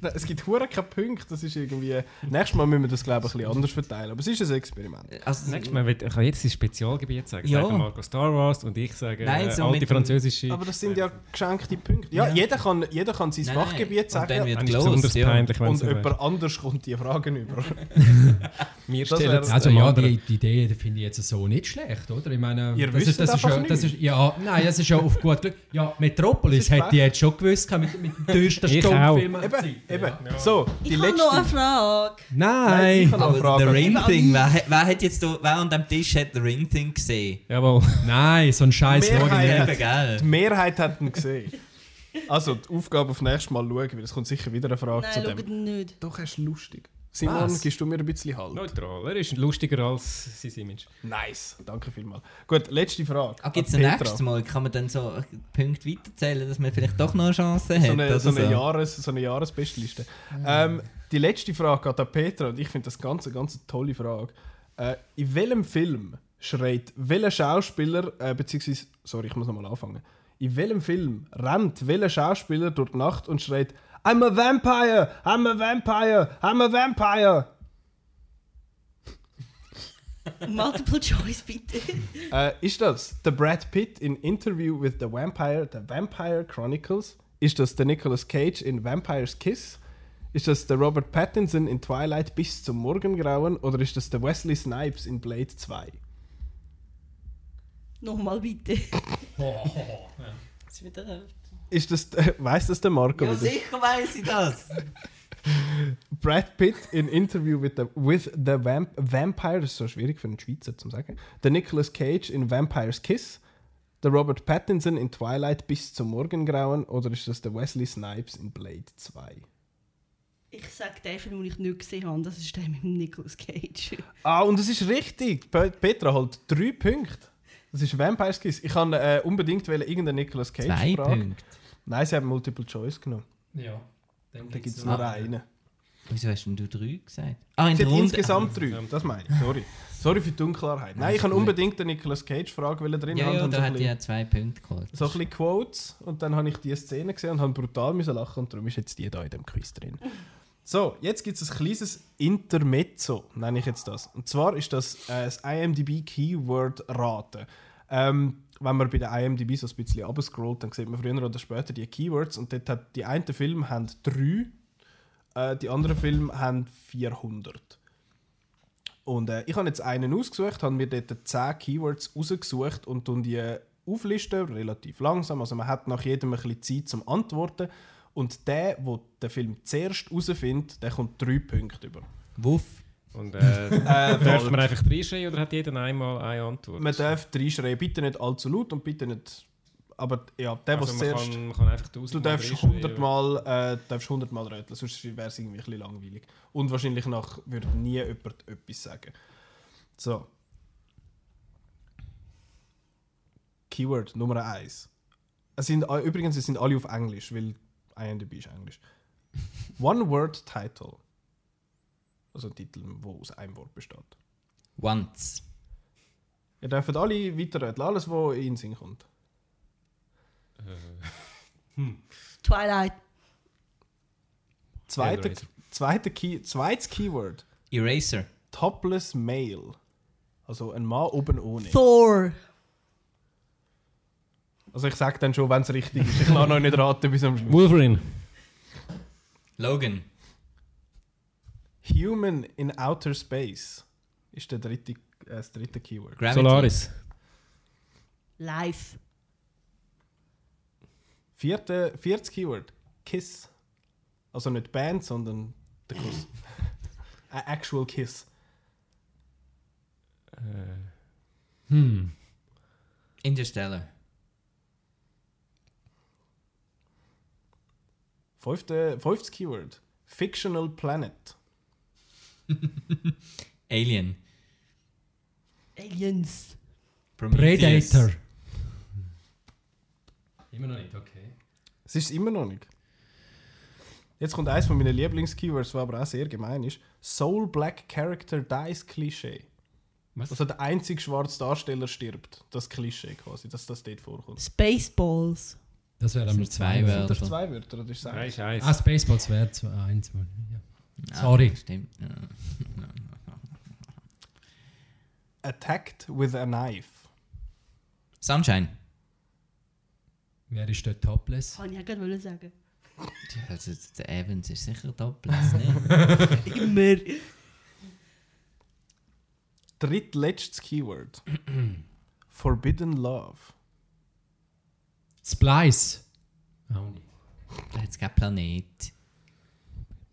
[SPEAKER 1] Nein, Es gibt hure keine Punkte, das ist irgendwie... Nächstes Mal müssen wir das, glaube ich, ein bisschen anders verteilen. Aber es ist ein Experiment.
[SPEAKER 2] Also,
[SPEAKER 3] Nächstes Mal wird, ich kann jetzt das Spezialgebiet sagen.
[SPEAKER 2] Ja.
[SPEAKER 3] Ja. Sagen Marco Star Wars und ich sage
[SPEAKER 2] Nein, so
[SPEAKER 3] äh, alte
[SPEAKER 2] mit-
[SPEAKER 3] französische.
[SPEAKER 1] Aber das sind ja geschenkte Punkte. Ja,
[SPEAKER 2] Ja.
[SPEAKER 1] Jeder, kann, jeder kann sein
[SPEAKER 2] Nein, nein.
[SPEAKER 1] Fachgebiet
[SPEAKER 2] Und dann
[SPEAKER 1] sagen
[SPEAKER 2] wird
[SPEAKER 3] Dann ist es
[SPEAKER 2] gelost,
[SPEAKER 3] besonders
[SPEAKER 2] ja.
[SPEAKER 3] peinlich, wenn
[SPEAKER 1] und
[SPEAKER 3] es so
[SPEAKER 1] jemand
[SPEAKER 3] wäre.
[SPEAKER 1] anders kommt die Fragen über.
[SPEAKER 3] Wir
[SPEAKER 1] das
[SPEAKER 3] stellen
[SPEAKER 1] wäre-
[SPEAKER 3] es
[SPEAKER 5] Also
[SPEAKER 3] dem
[SPEAKER 5] ja,
[SPEAKER 3] anderen.
[SPEAKER 5] die, die Idee die finde ich jetzt so nicht schlecht, oder? Ich meine,
[SPEAKER 1] Ihr
[SPEAKER 5] das
[SPEAKER 1] wisst
[SPEAKER 5] ist, das ist,
[SPEAKER 1] einfach
[SPEAKER 5] ja, das ist ja, nein, das ist ja auf gut Glück. Ja,
[SPEAKER 1] Das
[SPEAKER 5] Metropolis
[SPEAKER 1] ist
[SPEAKER 5] hätte ich
[SPEAKER 1] schlecht.
[SPEAKER 5] jetzt schon gewusst gehabt, mit, mit dem teuersten
[SPEAKER 3] Ich
[SPEAKER 5] Stummfilm. aller
[SPEAKER 1] Eben,
[SPEAKER 5] Zeiten.
[SPEAKER 1] eben. So, die
[SPEAKER 4] ich habe
[SPEAKER 1] letzte...
[SPEAKER 4] noch eine Frage.
[SPEAKER 1] Nein, ich
[SPEAKER 5] Nein,
[SPEAKER 1] kann noch
[SPEAKER 2] aber The
[SPEAKER 1] fragen.
[SPEAKER 2] Ring
[SPEAKER 4] Eben
[SPEAKER 2] Thing,
[SPEAKER 4] an-
[SPEAKER 2] wer, hat- wer hat jetzt da, wer an dem Tisch hat The Ring Thing gesehen?
[SPEAKER 3] Jawohl.
[SPEAKER 5] nein, so ein Scheiß
[SPEAKER 1] Mehrheit.
[SPEAKER 5] Frage. nicht.
[SPEAKER 2] Eben, gell?
[SPEAKER 1] Die Mehrheit hat ihn gesehen. Also, die Aufgabe auf nächstes Mal schauen, weil es kommt sicher wieder eine Frage
[SPEAKER 4] Nein,
[SPEAKER 1] zu
[SPEAKER 4] schaut
[SPEAKER 1] dem.
[SPEAKER 4] nicht.
[SPEAKER 1] Doch, er ist lustig. Simon,
[SPEAKER 5] Was?
[SPEAKER 1] gibst du mir ein bisschen Halt?
[SPEAKER 3] Neutral. Er ist lustiger als sein Image.
[SPEAKER 1] Nice, danke vielmals. Gut, letzte Frage.
[SPEAKER 2] Ah, gibt es
[SPEAKER 1] An Petra.
[SPEAKER 2] nächstes Mal? Kann man dann so Punkte weiterzählen, dass man vielleicht doch noch eine Chance hat?
[SPEAKER 1] So eine,
[SPEAKER 2] oder
[SPEAKER 1] so eine,
[SPEAKER 2] so?
[SPEAKER 1] Jahres, so eine Jahresbestliste. Ähm, die letzte Frage geht an Petra und ich finde das ganz, ganz eine tolle Frage. Äh, in welchem Film schreit welcher Schauspieler, äh, beziehungsweise, sorry, ich muss nochmal anfangen. In welchem Film rennt welcher Schauspieler durch die Nacht und schreit I'm a vampire, I'm a vampire, I'm a vampire?
[SPEAKER 4] Multiple Choice, bitte.
[SPEAKER 1] Äh, ist das der Brad Pitt in Interview with the Vampire, The Vampire Chronicles? Ist das der Nicolas Cage in Vampire's Kiss? Ist das der Robert Pattinson in Twilight bis zum Morgengrauen? Oder ist das der Wesley Snipes in Blade 2?
[SPEAKER 4] Nochmal bitte. Ist wieder-
[SPEAKER 1] Ist das, weiß das der Marco
[SPEAKER 2] Ja,
[SPEAKER 1] wieder?
[SPEAKER 2] sicher weiß ich das.
[SPEAKER 1] Brad Pitt in Interview with the, with the Vamp Vampire, das ist so schwierig für einen Schweizer zu sagen. Der Nicolas Cage in Vampire's Kiss. Der Robert Pattinson in Twilight bis zum Morgengrauen. Oder ist das der Wesley Snipes in Blade 2?
[SPEAKER 4] Ich sage den Film, den ich nicht gesehen habe, das ist der mit dem Nicolas Cage.
[SPEAKER 1] Ah, und es ist richtig. Pe- Petra holt drei Punkte. Das ist Vampire Kiss. Ich kann äh, unbedingt wollen, irgendeinen Nicolas Cage
[SPEAKER 2] Zwei
[SPEAKER 1] fragen.
[SPEAKER 2] Punkte.
[SPEAKER 1] Nein, sie haben Multiple Choice genommen.
[SPEAKER 3] Ja. Dann
[SPEAKER 1] Da gibt es nur einen.
[SPEAKER 2] Wieso hast denn du drei gesagt? Ah, in
[SPEAKER 1] Sie
[SPEAKER 2] der
[SPEAKER 1] hat
[SPEAKER 2] Runde.
[SPEAKER 1] insgesamt drei. Das meine ich. Sorry. Sorry für die Unklarheit. Nein, ich kann
[SPEAKER 2] Gut.
[SPEAKER 1] unbedingt den Nicolas Cage fragen, weil er
[SPEAKER 2] Ah,
[SPEAKER 1] drin
[SPEAKER 2] ja,
[SPEAKER 1] hat.
[SPEAKER 2] ja,
[SPEAKER 1] und
[SPEAKER 2] da
[SPEAKER 1] so, ein
[SPEAKER 2] hat
[SPEAKER 1] bisschen,
[SPEAKER 2] ja zwei Punkte geholt.
[SPEAKER 1] so ein bisschen Quotes. Und dann habe ich die Szene gesehen und habe brutal müssen lachen. Und darum ist jetzt die da in dem Quiz drin. So, jetzt gibt es ein kleines Intermezzo, nenne ich jetzt das. Und zwar ist das äh, das IMDb-Keyword-Raten. Ähm, wenn man bei der IMDb so ein bisschen abscrollt, dann sieht man früher oder später die Keywords. Und dort hat die einen Filme haben drei, äh, die anderen Filme haben 400. Und äh, ich habe jetzt einen ausgesucht, habe mir dort 10 Keywords rausgesucht und tun die äh, auflisten, relativ langsam. Also man hat nach jedem ein bisschen Zeit zum Antworten. Und der, der den Film zuerst herausfindet, der kommt 3 Punkte über.
[SPEAKER 2] Wuff.
[SPEAKER 3] Und äh,
[SPEAKER 1] falsch.
[SPEAKER 3] dürfen wir einfach reinschreien oder hat jeder einmal eine Antwort?
[SPEAKER 1] Man darf reinschreiben, bitte nicht allzu laut und bitte nicht... Aber ja, der,
[SPEAKER 3] also
[SPEAKER 1] was
[SPEAKER 3] man
[SPEAKER 1] zuerst...
[SPEAKER 3] kann, man kann einfach tausend
[SPEAKER 1] Du
[SPEAKER 3] Mal
[SPEAKER 1] darfst
[SPEAKER 3] reinschreien.
[SPEAKER 1] 100 Mal, äh, darfst 100 Mal röteln, sonst wäre es irgendwie ein bisschen langweilig. Und wahrscheinlich nach würde nie jemand etwas sagen. So. Keyword Nummer 1. Es sind, äh, übrigens, es sind alle auf Englisch, weil IMDb ist Englisch. One-Word-Title. Also ein Titel, der aus einem Wort besteht.
[SPEAKER 2] Once.
[SPEAKER 1] Ihr dürft alle weiterröteln, alles, was in den Sinn kommt.
[SPEAKER 4] Twilight.
[SPEAKER 1] Zweite,
[SPEAKER 3] Hellraiser.
[SPEAKER 1] zweite Key, zweites Keyword.
[SPEAKER 2] Eraser.
[SPEAKER 1] Topless Male. Also ein Mann oben ohne.
[SPEAKER 4] Thor.
[SPEAKER 1] Also ich sag dann schon, wenn es richtig ist. Ich kann noch nicht raten bis am Schluss.
[SPEAKER 3] Wolverine.
[SPEAKER 2] Logan.
[SPEAKER 1] Human in Outer Space ist der dritte, äh, das dritte Keyword.
[SPEAKER 2] Gravity.
[SPEAKER 3] Solaris.
[SPEAKER 4] Life.
[SPEAKER 1] Vierte, viertes Keyword. Kiss. Also nicht Band, sondern der Kuss. Ein actual kiss.
[SPEAKER 3] Äh,
[SPEAKER 5] Hm.
[SPEAKER 2] Interstellar.
[SPEAKER 1] Fünfte, fünftes Keyword. Fictional Planet.
[SPEAKER 2] Alien.
[SPEAKER 4] Aliens.
[SPEAKER 2] Prometheus.
[SPEAKER 5] Predator.
[SPEAKER 3] Immer noch nicht, okay.
[SPEAKER 1] Es ist immer noch nicht. Jetzt kommt eins von meinen Lieblings-Keywords, was aber auch sehr gemein ist. Soul Black Character Dies Klischee.
[SPEAKER 3] Was?
[SPEAKER 1] Also der einzige schwarze Darsteller stirbt. Das Klischee quasi, dass das dort vorkommt.
[SPEAKER 4] Spaceballs.
[SPEAKER 5] Das wäre
[SPEAKER 2] Das
[SPEAKER 5] aber
[SPEAKER 2] sind zwei
[SPEAKER 5] zwei
[SPEAKER 1] Sind
[SPEAKER 2] Wörter.
[SPEAKER 5] Wörter.
[SPEAKER 1] das zwei Wörter oder ist das
[SPEAKER 3] Nein,
[SPEAKER 1] eins?
[SPEAKER 5] Ah,
[SPEAKER 3] scheiße.
[SPEAKER 5] Spaceballs wäre zwei- eins. Ja.
[SPEAKER 2] Ah,
[SPEAKER 5] Sorry.
[SPEAKER 2] Stimmt. Ja.
[SPEAKER 1] Attacked with a knife.
[SPEAKER 2] Sunshine.
[SPEAKER 5] Wer ist dort topless?
[SPEAKER 4] Kann ich auch gerade sagen.
[SPEAKER 2] Ja, Also, der Evans ist sicher doppelt. ne?
[SPEAKER 4] Immer.
[SPEAKER 1] Drittletztes Keyword. Forbidden Love.
[SPEAKER 5] Splice. Auch nicht.
[SPEAKER 2] Da hat es keinen Planet.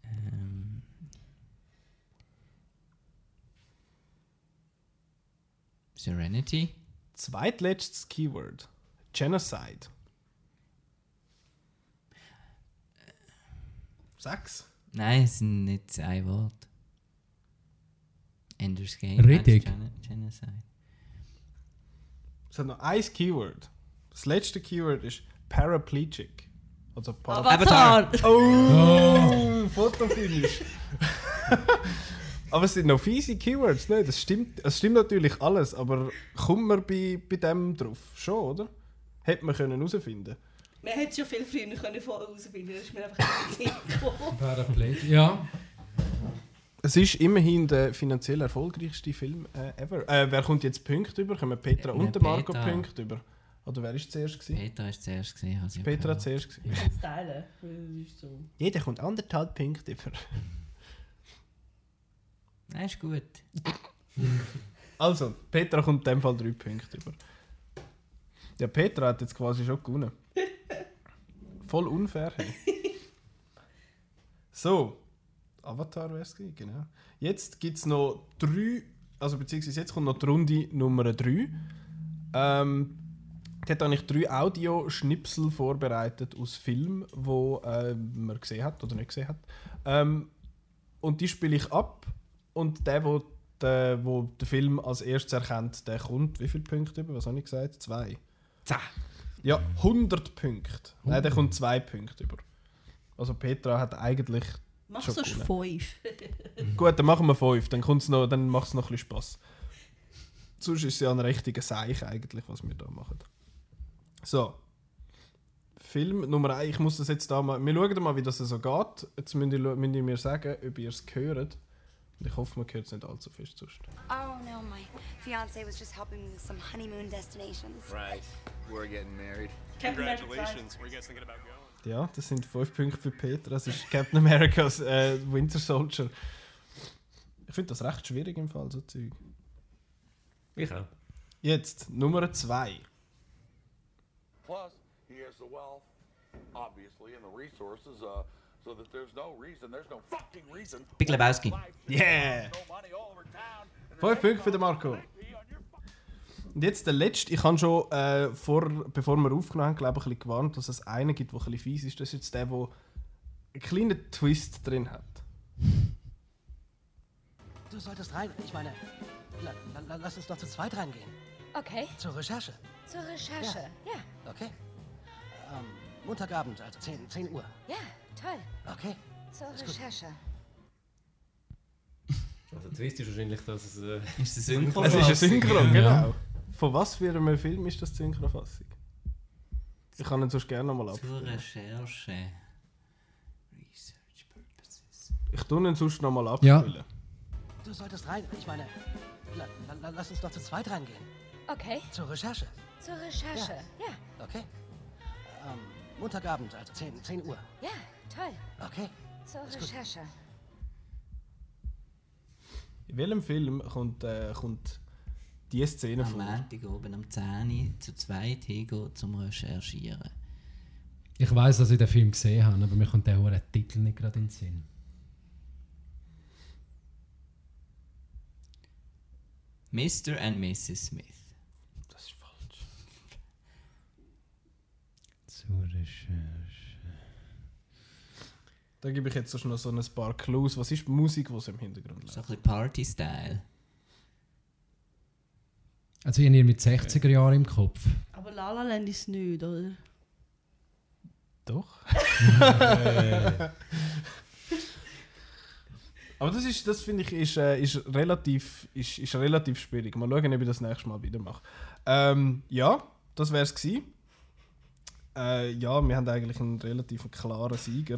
[SPEAKER 2] Ähm. Serenity.
[SPEAKER 1] Zweitletztes Keyword. Genocide. Sechs.
[SPEAKER 2] Nein, es sind nicht ein Wort. Ender's Game.
[SPEAKER 5] Richtig.
[SPEAKER 2] Gen- Genocide.
[SPEAKER 1] Es hat noch ein Keyword. Das letzte Keyword ist paraplegic. Also para
[SPEAKER 4] Avatar.
[SPEAKER 1] Oh, Fotofinish. aber es sind noch fiese Keywords, ne? Das stimmt, das stimmt natürlich alles, aber kommt man bei, bei dem drauf? Schon, oder? Hätte man können herausfinden
[SPEAKER 4] Man hätte schon viel früher können vorher herausfinden können. Das ist mir einfach nicht in den Sinn gekommen.
[SPEAKER 5] Paraplegic. Ja.
[SPEAKER 1] Es ist immerhin der finanziell erfolgreichste Film äh, ever. Äh, wer kommt jetzt Punkte über? Kommen Äh, Petra
[SPEAKER 2] Ja,
[SPEAKER 1] und der Marco
[SPEAKER 2] Petra.
[SPEAKER 1] Punkte über? Oder wer ist zuerst? Gewesen?
[SPEAKER 2] Petra ist zuerst gesehen. also ich
[SPEAKER 1] Petra
[SPEAKER 2] habe-
[SPEAKER 1] zuerst. Gewesen.
[SPEAKER 4] Ich kann es teilen. weil das ist so.
[SPEAKER 1] Jeder kommt anderthalb Punkte über.
[SPEAKER 2] Nein, ist gut.
[SPEAKER 1] Also, Petra kommt in dem Fall drei Punkte über. Ja, Petra hat jetzt quasi schon gewonnen. Voll unfair. Hey. So, Avatar wäre es genau. Jetzt gibt es noch drei, also beziehungsweise jetzt kommt noch die Runde Nummer drei. Ähm, Dort habe ich drei Audioschnipsel vorbereitet aus Filmen, die äh, man gesehen hat oder nicht gesehen hat. Ähm, und die spiele ich ab. Und der, wo der wo den Film als erstes erkennt, der kommt. Wie viele Punkte über? Was habe ich gesagt? Zwei.
[SPEAKER 2] Zah.
[SPEAKER 1] Ja, 100 Punkte. Nein, der kommt zwei Punkte über. Also Petra hat eigentlich.
[SPEAKER 4] Mach
[SPEAKER 1] Schon
[SPEAKER 4] sonst
[SPEAKER 1] cool. ne?
[SPEAKER 4] fünf.
[SPEAKER 1] Gut, dann machen wir fünf. Dann, kommt's noch, dann macht es noch ein bisschen Spass. Sonst ist es ja ein richtiger Seich eigentlich, was wir da machen. So. Film Nummer 1. Ich muss das jetzt da mal... Wir schauen mal, wie das so geht. Jetzt müsst ihr, scha- müsst ihr mir sagen, ob ihr es hört. Und ich hoffe, man hört es nicht allzu fest sonst.
[SPEAKER 6] Oh no, my fiance was just helping me with some honeymoon destinations.
[SPEAKER 7] Right. We're getting married.
[SPEAKER 4] Captain America
[SPEAKER 7] Were you guys thinking about going?
[SPEAKER 1] Ja, das sind fünf Punkte für Petra. Das ist Captain America's äh, Winter Soldier. Ich finde das recht schwierig im Fall, so Zeug.
[SPEAKER 3] Ich auch.
[SPEAKER 1] Jetzt, Nummer 2.
[SPEAKER 8] Plus, he has the wealth, obviously, and the resources, uh, so that there's no reason, there's no fucking reason.
[SPEAKER 2] Big Lebowski.
[SPEAKER 1] Yeah!
[SPEAKER 8] No money all over town. and
[SPEAKER 1] Fünf
[SPEAKER 8] there's
[SPEAKER 1] Punkte für den Marco.
[SPEAKER 8] pee on your
[SPEAKER 1] Und jetzt der letzte. Ich habe schon, äh, vor, bevor wir aufgenommen haben, glaube ich, ein bisschen gewarnt, dass es einen gibt, der ein bisschen fies ist. Das ist jetzt der, der einen kleinen Twist drin hat.
[SPEAKER 9] Du solltest rein. Ich meine, la, la, la, lass uns doch zu zweit reingehen.
[SPEAKER 6] Okay.
[SPEAKER 9] Zur Recherche.
[SPEAKER 6] Zur Recherche. Ja,
[SPEAKER 9] Okay. Ähm, Montagabend, also 10, 10 Uhr.
[SPEAKER 6] ja, toll.
[SPEAKER 9] Okay.
[SPEAKER 6] Zur Recherche.
[SPEAKER 3] Also der Twist ist wahrscheinlich, dass es... Äh,
[SPEAKER 2] Ist das Synchro?
[SPEAKER 1] Es ist ein Synchro,
[SPEAKER 2] Ja.
[SPEAKER 1] genau. Von was für einem Film ist das die Synchrofassung? Ich kann ihn sonst gerne nochmal ab.
[SPEAKER 2] Zur Recherche. Research Purposes.
[SPEAKER 1] Ich tue ihn sonst nochmal
[SPEAKER 5] Ja.
[SPEAKER 1] abspielen.
[SPEAKER 9] Du solltest rein. Ich meine, la, la, la, lass uns doch zu zweit reingehen.
[SPEAKER 6] Okay.
[SPEAKER 9] Zur Recherche.
[SPEAKER 6] Zur Recherche. Ja,
[SPEAKER 9] Okay. Ähm, Montagabend, also 10, 10 Uhr.
[SPEAKER 6] ja, toll.
[SPEAKER 9] Okay.
[SPEAKER 6] Zur Recherche.
[SPEAKER 1] In welchem Film kommt, äh, kommt diese Szene
[SPEAKER 2] Am
[SPEAKER 1] vor?
[SPEAKER 2] Montag oben am 10 Uhr zu zweit hingehen zum Recherchieren.
[SPEAKER 5] Ich weiß, dass ich den Film gesehen habe, aber mir kommt der hohe Titel nicht gerade in den Sinn.
[SPEAKER 2] Mr. and Mrs. Smith.
[SPEAKER 1] Das ist falsch.
[SPEAKER 5] Zur Recherche.
[SPEAKER 1] Da gebe ich jetzt sonst noch so ein paar Clues. Was ist die Musik, die im Hintergrund
[SPEAKER 2] So
[SPEAKER 1] läuft?
[SPEAKER 2] ein bisschen Party-Style.
[SPEAKER 5] Also ich habe ihn mit 60er Jahren im Kopf.
[SPEAKER 4] Aber La La Land ist nicht, oder?
[SPEAKER 1] Doch. Aber das ist, das finde ich, ist, äh, ist, relativ, ist, ist relativ schwierig. Mal schauen, ob ich das nächste Mal wieder mache. Ähm, ja, das wäre es gewesen. Äh, ja, wir haben eigentlich einen relativ klaren Sieger.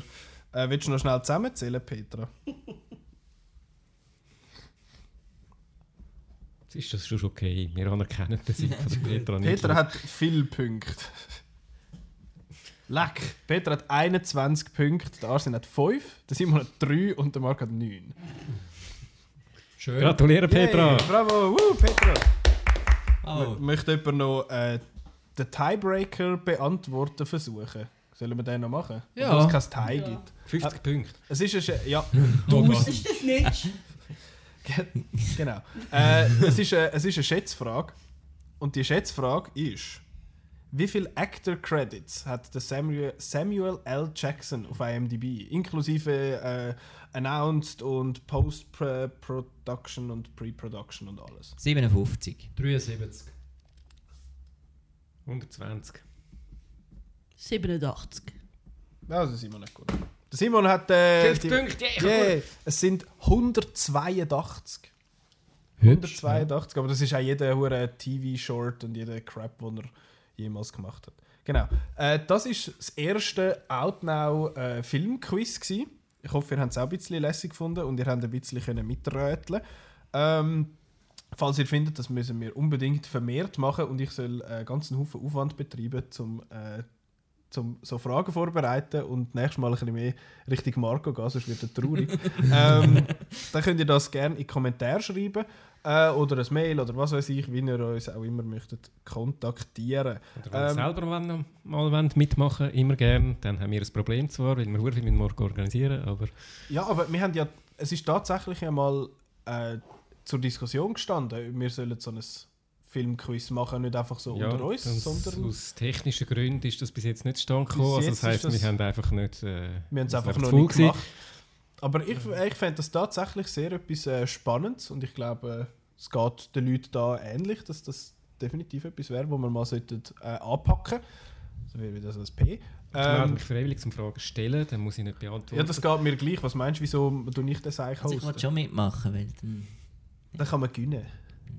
[SPEAKER 1] Äh, willst du noch schnell zusammenzählen, Petra?
[SPEAKER 3] jetzt ist das schon okay. Wir anerkennen den Sieg von der Petra nicht.
[SPEAKER 1] Petra hat viele Punkte. Leck! Petra hat 21 Punkte, der Arsene hat 5, der Simon hat 3 und der Marc hat 9.
[SPEAKER 5] Schön.
[SPEAKER 3] Gratuliere Petra!
[SPEAKER 1] Yay, bravo, Woo, Petra!
[SPEAKER 2] Oh,
[SPEAKER 1] M- Möchte jemand noch äh, den Tiebreaker beantworten versuchen? Sollen wir den noch machen?
[SPEAKER 5] Ja.
[SPEAKER 1] Obwohl es kein Tie
[SPEAKER 4] Ja.
[SPEAKER 1] gibt.
[SPEAKER 3] 50 Punkte.
[SPEAKER 1] Es ist ein Sch- ja,
[SPEAKER 4] Ist das nicht?
[SPEAKER 1] genau. Äh, es, ist eine, es ist eine Schätzfrage. Und die Schätzfrage ist, wie viele Actor Credits hat der Samuel, Samuel L. Jackson auf IMDb, inklusive äh, Announced und Post-Production und Pre-Production und alles?
[SPEAKER 2] 57.
[SPEAKER 5] 73.
[SPEAKER 3] 120.
[SPEAKER 4] 87.
[SPEAKER 1] Also Simon hat gut. Der Simon hat... Äh,
[SPEAKER 3] 50
[SPEAKER 1] die-
[SPEAKER 3] Punkte, yeah, ich hab
[SPEAKER 1] Yeah, es sind 182.
[SPEAKER 5] Hübsch.
[SPEAKER 1] 182, aber das ist auch jeder hure TV-Short und jeder Crap, den er jemals gemacht hat. Genau. Äh, das ist das erste Outnow äh, Filmquiz gsi. Ich hoffe, ihr habt es auch ein bisschen lässig gefunden und ihr habt ein bisschen können mitröteln. Ähm, falls ihr findet, das müssen wir unbedingt vermehrt machen und ich soll äh, ganzen Haufen Aufwand betreiben, zum äh, zum so Fragen vorbereiten und nächstes Mal ein bisschen mehr Richtung Marco gehen, sonst wird er traurig. ähm, dann könnt ihr das gerne in die Kommentare schreiben äh, oder ein Mail oder was weiß ich, wie ihr uns auch immer möchtet kontaktieren.
[SPEAKER 3] Oder wenn ihr
[SPEAKER 1] Ähm.
[SPEAKER 3] selber wollen, mal wollt mitmachen immer gerne, dann haben wir ein Problem zwar, weil wir sehr viel mit morgen organisieren, aber
[SPEAKER 1] Ja, aber wir haben ja, es ist tatsächlich einmal äh, zur Diskussion gestanden, wir sollen so ein Filmquiz machen, nicht einfach so unter uns,
[SPEAKER 3] und
[SPEAKER 1] sondern
[SPEAKER 3] aus technischen Gründen ist das bis jetzt nicht zustande
[SPEAKER 1] Bis
[SPEAKER 3] gekommen. Also
[SPEAKER 1] jetzt
[SPEAKER 3] das heisst,
[SPEAKER 1] ist das-
[SPEAKER 3] wir haben einfach nicht. Äh,
[SPEAKER 1] wir haben es
[SPEAKER 3] wir
[SPEAKER 1] einfach
[SPEAKER 3] sind
[SPEAKER 1] noch
[SPEAKER 3] zu
[SPEAKER 1] nicht
[SPEAKER 3] faul gewesen.
[SPEAKER 1] gemacht. Aber ich, ich fände das tatsächlich sehr etwas äh, Spannendes und ich glaube, äh, es geht den Leuten da ähnlich, dass das definitiv etwas wäre, wo man mal sollte, äh, anpacken So wie das als P.
[SPEAKER 3] Ich melde
[SPEAKER 1] Ähm,
[SPEAKER 3] mich freiwillig zum Fragen stellen, dann muss ich nicht beantworten.
[SPEAKER 1] ja, das geht mir gleich. Was meinst du, wieso du nicht das eigentlich
[SPEAKER 2] Also ich will
[SPEAKER 1] hosten?
[SPEAKER 2] schon mitmachen, weil dann...
[SPEAKER 1] Dann kann man gewinnen.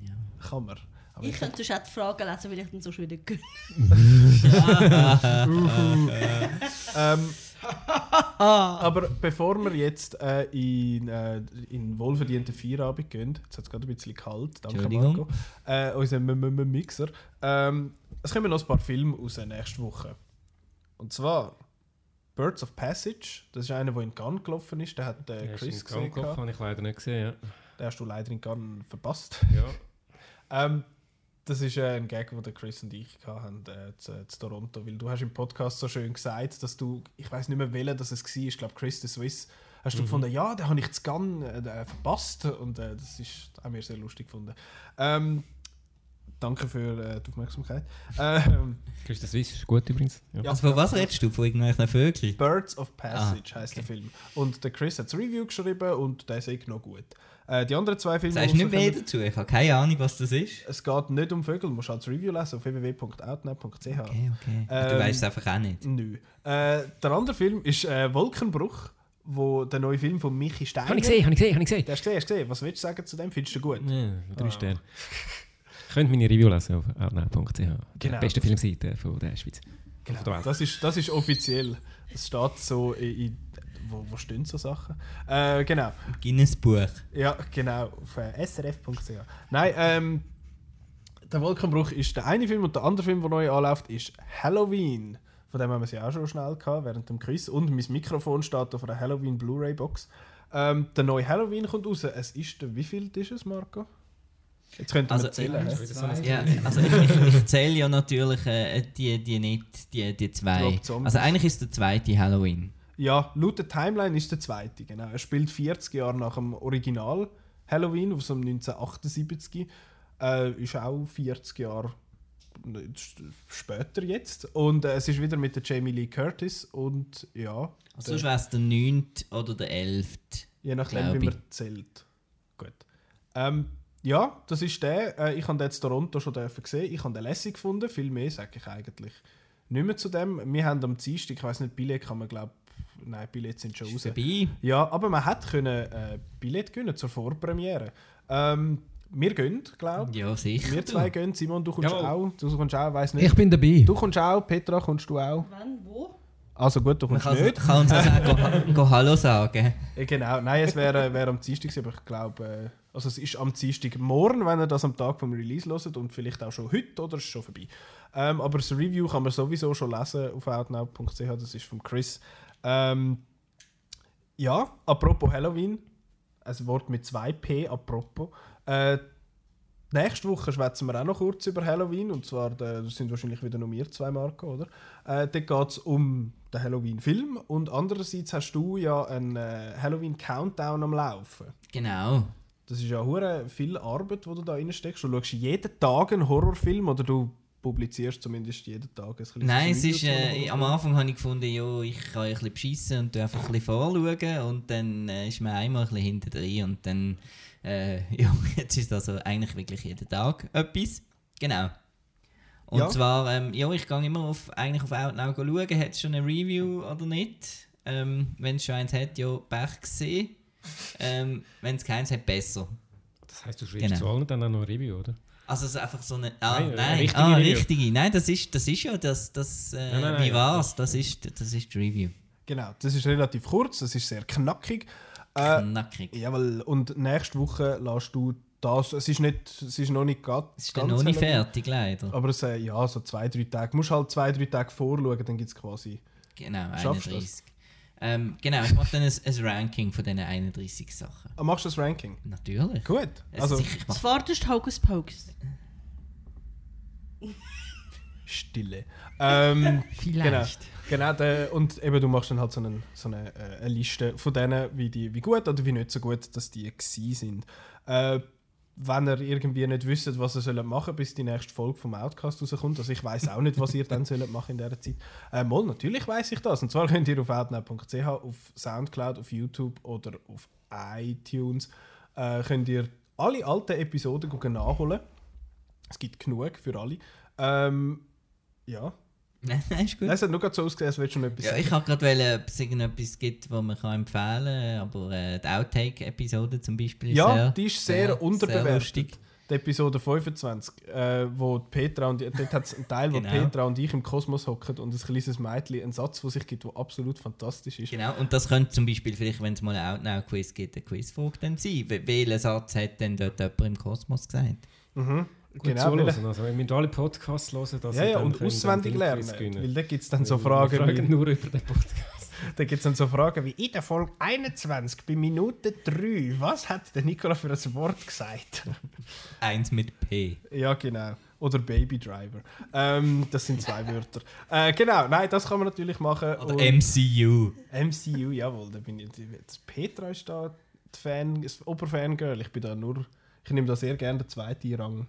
[SPEAKER 2] Ja.
[SPEAKER 1] Kann man. Aber
[SPEAKER 4] Ich könnte schon die Fragen lesen, weil ich dann sonst wieder gönne.
[SPEAKER 1] Ähm, aber bevor wir jetzt äh, in, äh, in wohlverdienten Feierabend gehen, jetzt hat es gerade ein bisschen kalt, danke
[SPEAKER 2] Entschuldigung.
[SPEAKER 1] Marco, äh, unser M -M -M Mixer, ähm, es kommen noch ein paar Filme raus nächste Woche. Und zwar Birds of Passage, das ist einer, der in Cannes gelaufen ist, den hat äh,
[SPEAKER 3] Ja,
[SPEAKER 1] Chris
[SPEAKER 3] Chris
[SPEAKER 1] gesehen.
[SPEAKER 3] Kopf
[SPEAKER 1] gehabt.
[SPEAKER 3] habe ich leider nicht gesehen.
[SPEAKER 1] Den hast du leider in Cannes verpasst.
[SPEAKER 3] Ja. ja.
[SPEAKER 1] Ähm, das ist äh, ein Gag, den der Chris und ich gehabt haben, äh, zu, zu Toronto, weil du hast im Podcast so schön gesagt, dass du, ich weiß nicht mehr welcher, dass es war, ich glaube Chris the Swiss, hast du
[SPEAKER 2] Mhm.
[SPEAKER 1] gefunden, ja, den habe ich zu Cannes äh, äh, verpasst und äh, das ist auch mir sehr lustig gefunden. Ähm, danke für äh, die Aufmerksamkeit. Ähm,
[SPEAKER 3] Chris das Swiss ist gut übrigens.
[SPEAKER 1] Ja.
[SPEAKER 2] Also von was redest du? Von irgendwelchen Vögeln?
[SPEAKER 1] Birds of Passage
[SPEAKER 2] Ah,
[SPEAKER 1] heißt der
[SPEAKER 2] okay.
[SPEAKER 1] Film und der Chris hat das Review geschrieben und der ist eh noch gut. Äh, die anderen zwei Filme.
[SPEAKER 2] Sagst
[SPEAKER 1] die
[SPEAKER 2] nicht mehr
[SPEAKER 1] rauskommen-
[SPEAKER 2] dazu? Ich habe keine Ahnung, was das ist.
[SPEAKER 1] es geht nicht um Vögel, du musst halt das Review lesen auf www.outnow.ch.
[SPEAKER 2] Okay, okay.
[SPEAKER 1] Ähm,
[SPEAKER 2] du weißt es einfach auch nicht.
[SPEAKER 1] Nö. Äh, der andere Film ist äh, Wolkenbruch, wo der neue Film von Michi Steiner.
[SPEAKER 3] Habe ich gesehen, habe ich gesehen, habe ich gesehen.
[SPEAKER 1] Den hast du gesehen, hast du gesehen. Was willst du sagen zu dem? Findest du gut?
[SPEAKER 3] Ja, drei Sterne. Könnt meine Review lesen auf outnow.ch.
[SPEAKER 1] Genau.
[SPEAKER 3] Genau. Beste Filmseite von der Schweiz. Genau. Von der Welt.
[SPEAKER 1] Das ist, das ist offiziell. Das steht so in. in wo, wo stehen so Sachen? Äh, genau.
[SPEAKER 2] Guinness Buch.
[SPEAKER 1] Ja, genau. Auf äh, srf.ch. Nein, ähm. Der Wolkenbruch ist der eine Film und der andere Film, der neu anläuft, ist Halloween. Von dem haben wir es ja auch schon schnell gehabt während dem Quiz. Und mein Mikrofon steht auf einer Halloween Blu-ray-Box. Ähm, der neue Halloween kommt raus. Es ist der, wie viel ist es, Marco? Jetzt könnt ihr
[SPEAKER 2] Also,
[SPEAKER 1] mir zählen. hä?
[SPEAKER 2] Ja, also ich, ich, ich zähle ja natürlich äh, die, die nicht, die, die zwei.
[SPEAKER 1] Rob Zombies.
[SPEAKER 2] Also eigentlich ist der zweite Halloween.
[SPEAKER 1] Ja, laut der Timeline ist der zweite, genau. Er spielt 40 Jahre nach dem Original Halloween, aus dem 1978. Äh, ist auch 40 Jahre nicht- später jetzt. Und äh, es ist wieder mit der Jamie Lee Curtis und ja,
[SPEAKER 2] Also sonst wäre es der 9. oder der 11.
[SPEAKER 1] je nachdem,
[SPEAKER 2] Glaub
[SPEAKER 1] wie
[SPEAKER 2] ich.
[SPEAKER 1] man zählt. Gut. Ähm, ja, das ist der. Äh, ich habe den jetzt Toronto schon dürfen sehen. Ich habe den lässig gefunden. Viel mehr sage ich eigentlich nicht mehr zu dem. Wir haben am Dienstag, ich weiß nicht, Billett kann man glaube Nein, Billets sind schon
[SPEAKER 2] Ist
[SPEAKER 1] raus.
[SPEAKER 2] vorbei.
[SPEAKER 1] Ja, aber man hätte können äh, Billett gewinnen zur Vorpremiere. Ähm, wir gehen, glaube ich.
[SPEAKER 2] Ja, sicher.
[SPEAKER 1] Wir zwei gehen. Simon, du kommst
[SPEAKER 3] Jawohl.
[SPEAKER 1] auch. Du kommst auch, weiß nicht.
[SPEAKER 5] Ich bin dabei.
[SPEAKER 1] Du kommst auch, Petra, kommst du auch.
[SPEAKER 4] Wann, wo?
[SPEAKER 1] Also gut, du
[SPEAKER 2] Man
[SPEAKER 1] kommst
[SPEAKER 2] kann,
[SPEAKER 1] nicht.
[SPEAKER 2] kann uns also auch go, go Hallo sagen.
[SPEAKER 1] Äh, Genau, nein, es wäre wär am Dienstag, gewesen, aber ich glaube, äh, also es ist am Dienstag morgen, wenn ihr das am Tag vom Release hört und vielleicht auch schon heute oder es ist schon vorbei. Ähm, aber das Review kann man sowieso schon lesen auf outnow.ch, das ist von Chris. Ähm, ja, apropos Halloween, ein Wort mit 2p, apropos. Äh, Nächste Woche schwätzen wir auch noch kurz über Halloween. Und zwar, äh, das sind wahrscheinlich wieder nur wir zwei, Marco, oder? Äh, dort geht es um den Halloween-Film. Und andererseits hast du ja einen äh, Halloween-Countdown am Laufen.
[SPEAKER 2] Genau.
[SPEAKER 1] Das ist ja hure viel Arbeit, die du da reinsteckst. Du schaust jeden Tag einen Horrorfilm oder du publizierst zumindest jeden Tag ein kleines
[SPEAKER 2] Nein, es
[SPEAKER 1] Video
[SPEAKER 2] ist,
[SPEAKER 1] zu einem
[SPEAKER 2] äh, am
[SPEAKER 1] Horrorfilm.
[SPEAKER 2] Anfang habe ich gefunden, jo, ich kann ein bisschen beschissen und tu einfach ein bisschen vorschauen und dann äh, ist man einmal ein bisschen hinten drin und dann, äh, ja, jetzt ist also eigentlich wirklich jeden Tag etwas. Genau. Und
[SPEAKER 1] Ja.
[SPEAKER 2] zwar, ähm, ja, ich gehe immer auf, eigentlich auf Outnow schauen, hat es schon eine Review oder nicht. Ähm, wenn es schon eins hat, ja, Pech gesehen. Ähm, wenn es keins hat, besser.
[SPEAKER 3] Das heisst, du schreibst
[SPEAKER 2] Genau.
[SPEAKER 3] zu allen dann auch noch eine Review, oder?
[SPEAKER 2] Also es ist einfach so eine. Ah,
[SPEAKER 3] Nein, eine
[SPEAKER 2] nein,
[SPEAKER 3] richtige
[SPEAKER 2] ah,
[SPEAKER 3] Review.
[SPEAKER 2] richtige. Nein, das ist, das ist ja das. das äh,
[SPEAKER 3] Nein, nein, nein,
[SPEAKER 2] wie
[SPEAKER 3] ja,
[SPEAKER 2] war's? Das ist, das ist die Review.
[SPEAKER 1] Genau, das ist relativ kurz, das ist sehr knackig. Äh,
[SPEAKER 2] Knackig.
[SPEAKER 1] Jawohl, und nächste Woche lässt du das. Es ist, nicht, es ist noch nicht grad,
[SPEAKER 2] Es ist dann noch nicht fertig, leider.
[SPEAKER 1] Aber es, äh, ja, so zwei, drei Tage. Du musst halt zwei, drei Tage vorschauen, dann gibt es quasi.
[SPEAKER 2] Genau,
[SPEAKER 1] Schaffst du
[SPEAKER 2] 31. Ähm, genau, ich mache dann ein, ein Ranking von diesen 31 Sachen.
[SPEAKER 1] Ah, machst du das Ranking?
[SPEAKER 2] Natürlich.
[SPEAKER 1] Gut.
[SPEAKER 2] Es
[SPEAKER 1] Also,
[SPEAKER 2] ist sicher, ich
[SPEAKER 4] Das
[SPEAKER 2] mach,
[SPEAKER 4] Vater ist Hocus Pocus.
[SPEAKER 1] Stille. Ähm, Vielleicht. Genau, genau der, und eben du machst dann halt so, einen, so eine, äh, eine Liste von denen, wie, die, wie gut oder wie nicht so gut, dass die gewesen sind. Äh, wenn ihr irgendwie nicht wisst, was ihr sollt machen sollt, bis die nächste Folge vom Outcast rauskommt. Also ich weiß auch nicht, was ihr dann sollt machen in dieser Zeit. Äh, mal, natürlich weiß ich das. Und zwar könnt ihr auf outnow.ch, auf Soundcloud, auf YouTube oder auf iTunes äh, könnt ihr alle alten Episoden gucken, nachholen. Es gibt genug für alle. Ähm, ja.
[SPEAKER 2] Nein, nein, ist gut.
[SPEAKER 1] Nein, Es hat nur gerade so ausgesehen, als würdest du noch etwas
[SPEAKER 2] Hm? Ja, ich habe gerade wollen, ob es irgendetwas gibt, wo man kann empfehlen kann, aber äh, die Outtake-Episode zum Beispiel ist
[SPEAKER 1] Ja,
[SPEAKER 2] sehr,
[SPEAKER 1] die ist sehr,
[SPEAKER 2] lustig.
[SPEAKER 1] unterbewertet. die Episode 25, äh, wo die Petra und dort hat es einen Teil, wo
[SPEAKER 2] Genau.
[SPEAKER 1] Petra und ich im Kosmos hocken und ein kleines Mädchen einen Satz von sich gibt, der absolut fantastisch ist.
[SPEAKER 2] Genau, und das könnte zum Beispiel vielleicht, wenn es mal ein Outnow-Quiz gibt, eine Quizfrage dann sein. Wel- Welchen Satz hat denn dort jemand im Kosmos gesagt?
[SPEAKER 3] Gut zuhören. Also, ihr müsst alle Podcasts hören, dass
[SPEAKER 1] Genau, Ja,
[SPEAKER 3] ihr
[SPEAKER 1] ja,
[SPEAKER 3] dann
[SPEAKER 1] und
[SPEAKER 3] könnt
[SPEAKER 1] auswendig
[SPEAKER 3] den
[SPEAKER 1] lernen.
[SPEAKER 3] Quiz
[SPEAKER 1] Weil
[SPEAKER 3] gewinnen.
[SPEAKER 1] da gibt es dann so
[SPEAKER 3] Wir
[SPEAKER 1] Fragen
[SPEAKER 3] fragen
[SPEAKER 1] wie,
[SPEAKER 3] nur über den Podcast.
[SPEAKER 1] da gibt's dann so Fragen wie in der Folge 21 bei Minute 3, was hat der Nikola für ein Wort gesagt?
[SPEAKER 2] Eins mit P.
[SPEAKER 1] Ja, genau. Oder Baby Driver. Ähm, das sind zwei Wörter. Äh, genau, nein, das kann man natürlich machen.
[SPEAKER 2] Oder
[SPEAKER 1] Und-
[SPEAKER 2] MCU.
[SPEAKER 1] MCU, jawohl, da bin ich. die- die- Petra ist da die Fan, das Oberfangirl. Ich bin da nur. Ich nehme da sehr gerne den zweiten Rang.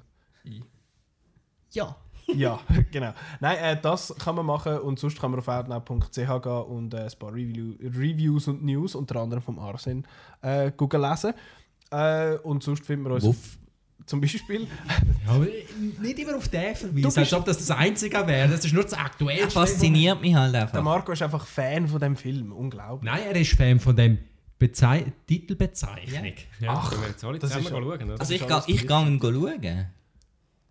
[SPEAKER 4] Ja.
[SPEAKER 1] Ja, genau. Nein, äh, das kann man machen und sonst kann man auf outnow.ch gehen und äh, ein paar Review, Reviews und News, unter anderem vom Arsen, äh, Google lesen. Äh, und sonst findet man uns
[SPEAKER 2] Wuff.
[SPEAKER 1] zum Beispiel.
[SPEAKER 5] Ja, nicht immer auf den
[SPEAKER 1] bist-
[SPEAKER 5] verweisen, als ob das das Einzige wäre. Das ist nur das Aktuellste.
[SPEAKER 2] Er fasziniert mich halt
[SPEAKER 1] Der
[SPEAKER 2] einfach.
[SPEAKER 1] Marco ist einfach Fan von dem Film. Unglaublich.
[SPEAKER 5] Nein, er ist Fan von dem Bezei Titelbezeichnung.
[SPEAKER 3] Ja,
[SPEAKER 1] Ach,
[SPEAKER 3] können wir jetzt alle
[SPEAKER 1] das
[SPEAKER 3] zusammen
[SPEAKER 1] ist-
[SPEAKER 3] schauen, oder?
[SPEAKER 2] Also ich,
[SPEAKER 1] ist
[SPEAKER 2] ga-
[SPEAKER 1] alles
[SPEAKER 2] ich gehe ihn schauen.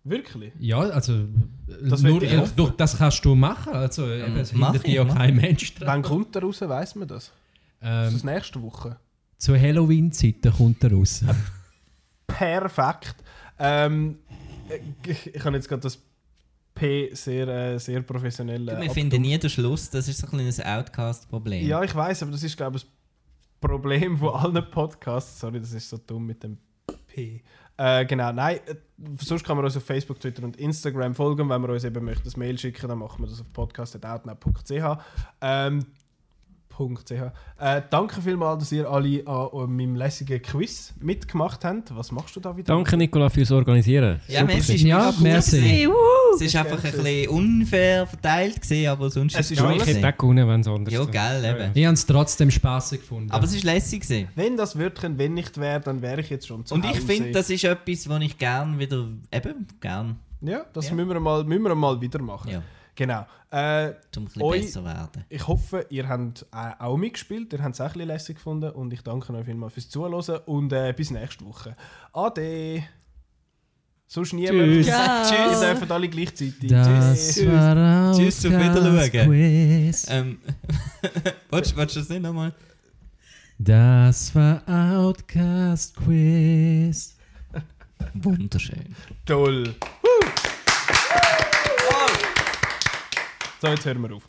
[SPEAKER 1] Wirklich?
[SPEAKER 5] Ja, also
[SPEAKER 1] Das
[SPEAKER 5] das
[SPEAKER 1] will
[SPEAKER 5] nur
[SPEAKER 1] ich
[SPEAKER 5] durch,
[SPEAKER 1] hoffen.
[SPEAKER 5] durch das kannst du machen. Also eben, es
[SPEAKER 2] mach
[SPEAKER 5] hindert
[SPEAKER 2] ich,
[SPEAKER 5] dich ja
[SPEAKER 2] mach
[SPEAKER 5] kein Mensch dran.
[SPEAKER 1] Wann kommt er raus? Weiß man das? Ist
[SPEAKER 5] Ähm,
[SPEAKER 1] das nächste Woche?
[SPEAKER 5] zur Halloween-Zeit kommt er raus.
[SPEAKER 1] perfekt. Ähm, äh, ich habe jetzt gerade das P sehr, äh, sehr professionell.
[SPEAKER 2] Wir
[SPEAKER 1] Äh, ab-
[SPEAKER 2] finden nie den Schluss, das ist so ein kleines Outcast-Problem.
[SPEAKER 1] ja, ich weiß, aber das ist, glaube ich, das Problem von allen Podcasts. Sorry, das ist so dumm mit dem P. Äh, genau, nein, äh, sonst kann man uns auf Facebook, Twitter und Instagram folgen. Wenn man uns eben möchte, das Mail schicken, dann machen wir das auf podcast.outnow.ch. Ähm, .ch. Äh, danke vielmals, dass ihr alle an äh, meinem lässigen Quiz mitgemacht habt. Was machst du da wieder?
[SPEAKER 3] Danke, Nicola, fürs Organisieren.
[SPEAKER 2] ja merci, ist
[SPEAKER 5] Ja,
[SPEAKER 2] mega cool
[SPEAKER 5] merci.
[SPEAKER 2] gewesen.
[SPEAKER 4] Juhu!
[SPEAKER 2] Es ist einfach ein bisschen unfair verteilt gewesen, aber sonst
[SPEAKER 1] Es ist
[SPEAKER 2] cool
[SPEAKER 3] Ja, ich
[SPEAKER 2] gewesen.
[SPEAKER 3] hätte auch gewonnen, wenn es anders
[SPEAKER 2] Ja,
[SPEAKER 3] wäre.
[SPEAKER 2] geil, eben.
[SPEAKER 5] Ich habe es trotzdem spaßig gefunden.
[SPEAKER 2] Aber es war lässig. Gewesen.
[SPEAKER 1] Wenn das Wörtchen wenn nicht wäre, dann wäre ich jetzt schon zu
[SPEAKER 2] Und ich
[SPEAKER 1] Hause.
[SPEAKER 2] finde, das ist etwas, was ich gerne wieder. Eben, gern.
[SPEAKER 1] Ja, das
[SPEAKER 2] Ja.
[SPEAKER 1] Müssen, wir mal, müssen wir mal wieder machen.
[SPEAKER 2] Ja,
[SPEAKER 1] Genau. Äh,
[SPEAKER 2] um ein bisschen
[SPEAKER 1] Oi.
[SPEAKER 2] besser werden.
[SPEAKER 1] ich hoffe, ihr habt äh, auch mitgespielt. Ihr habt es auch ein bisschen lässig gefunden. Und ich danke euch vielmals fürs Zuhören. Und äh, bis nächste Woche. Ade. Sonst niemand.
[SPEAKER 3] Tschüss.
[SPEAKER 1] Ihr dürft alle gleichzeitig.
[SPEAKER 5] das
[SPEAKER 1] Tschüss.
[SPEAKER 5] war auch
[SPEAKER 2] Tschüss, auf Wiedersehen.
[SPEAKER 5] Quiz.
[SPEAKER 2] Ähm, willst, willst du das nicht nochmal?
[SPEAKER 5] Das war Outcast Quiz.
[SPEAKER 2] Wunderschön.
[SPEAKER 1] Toll. So, jetzt hören wir auf.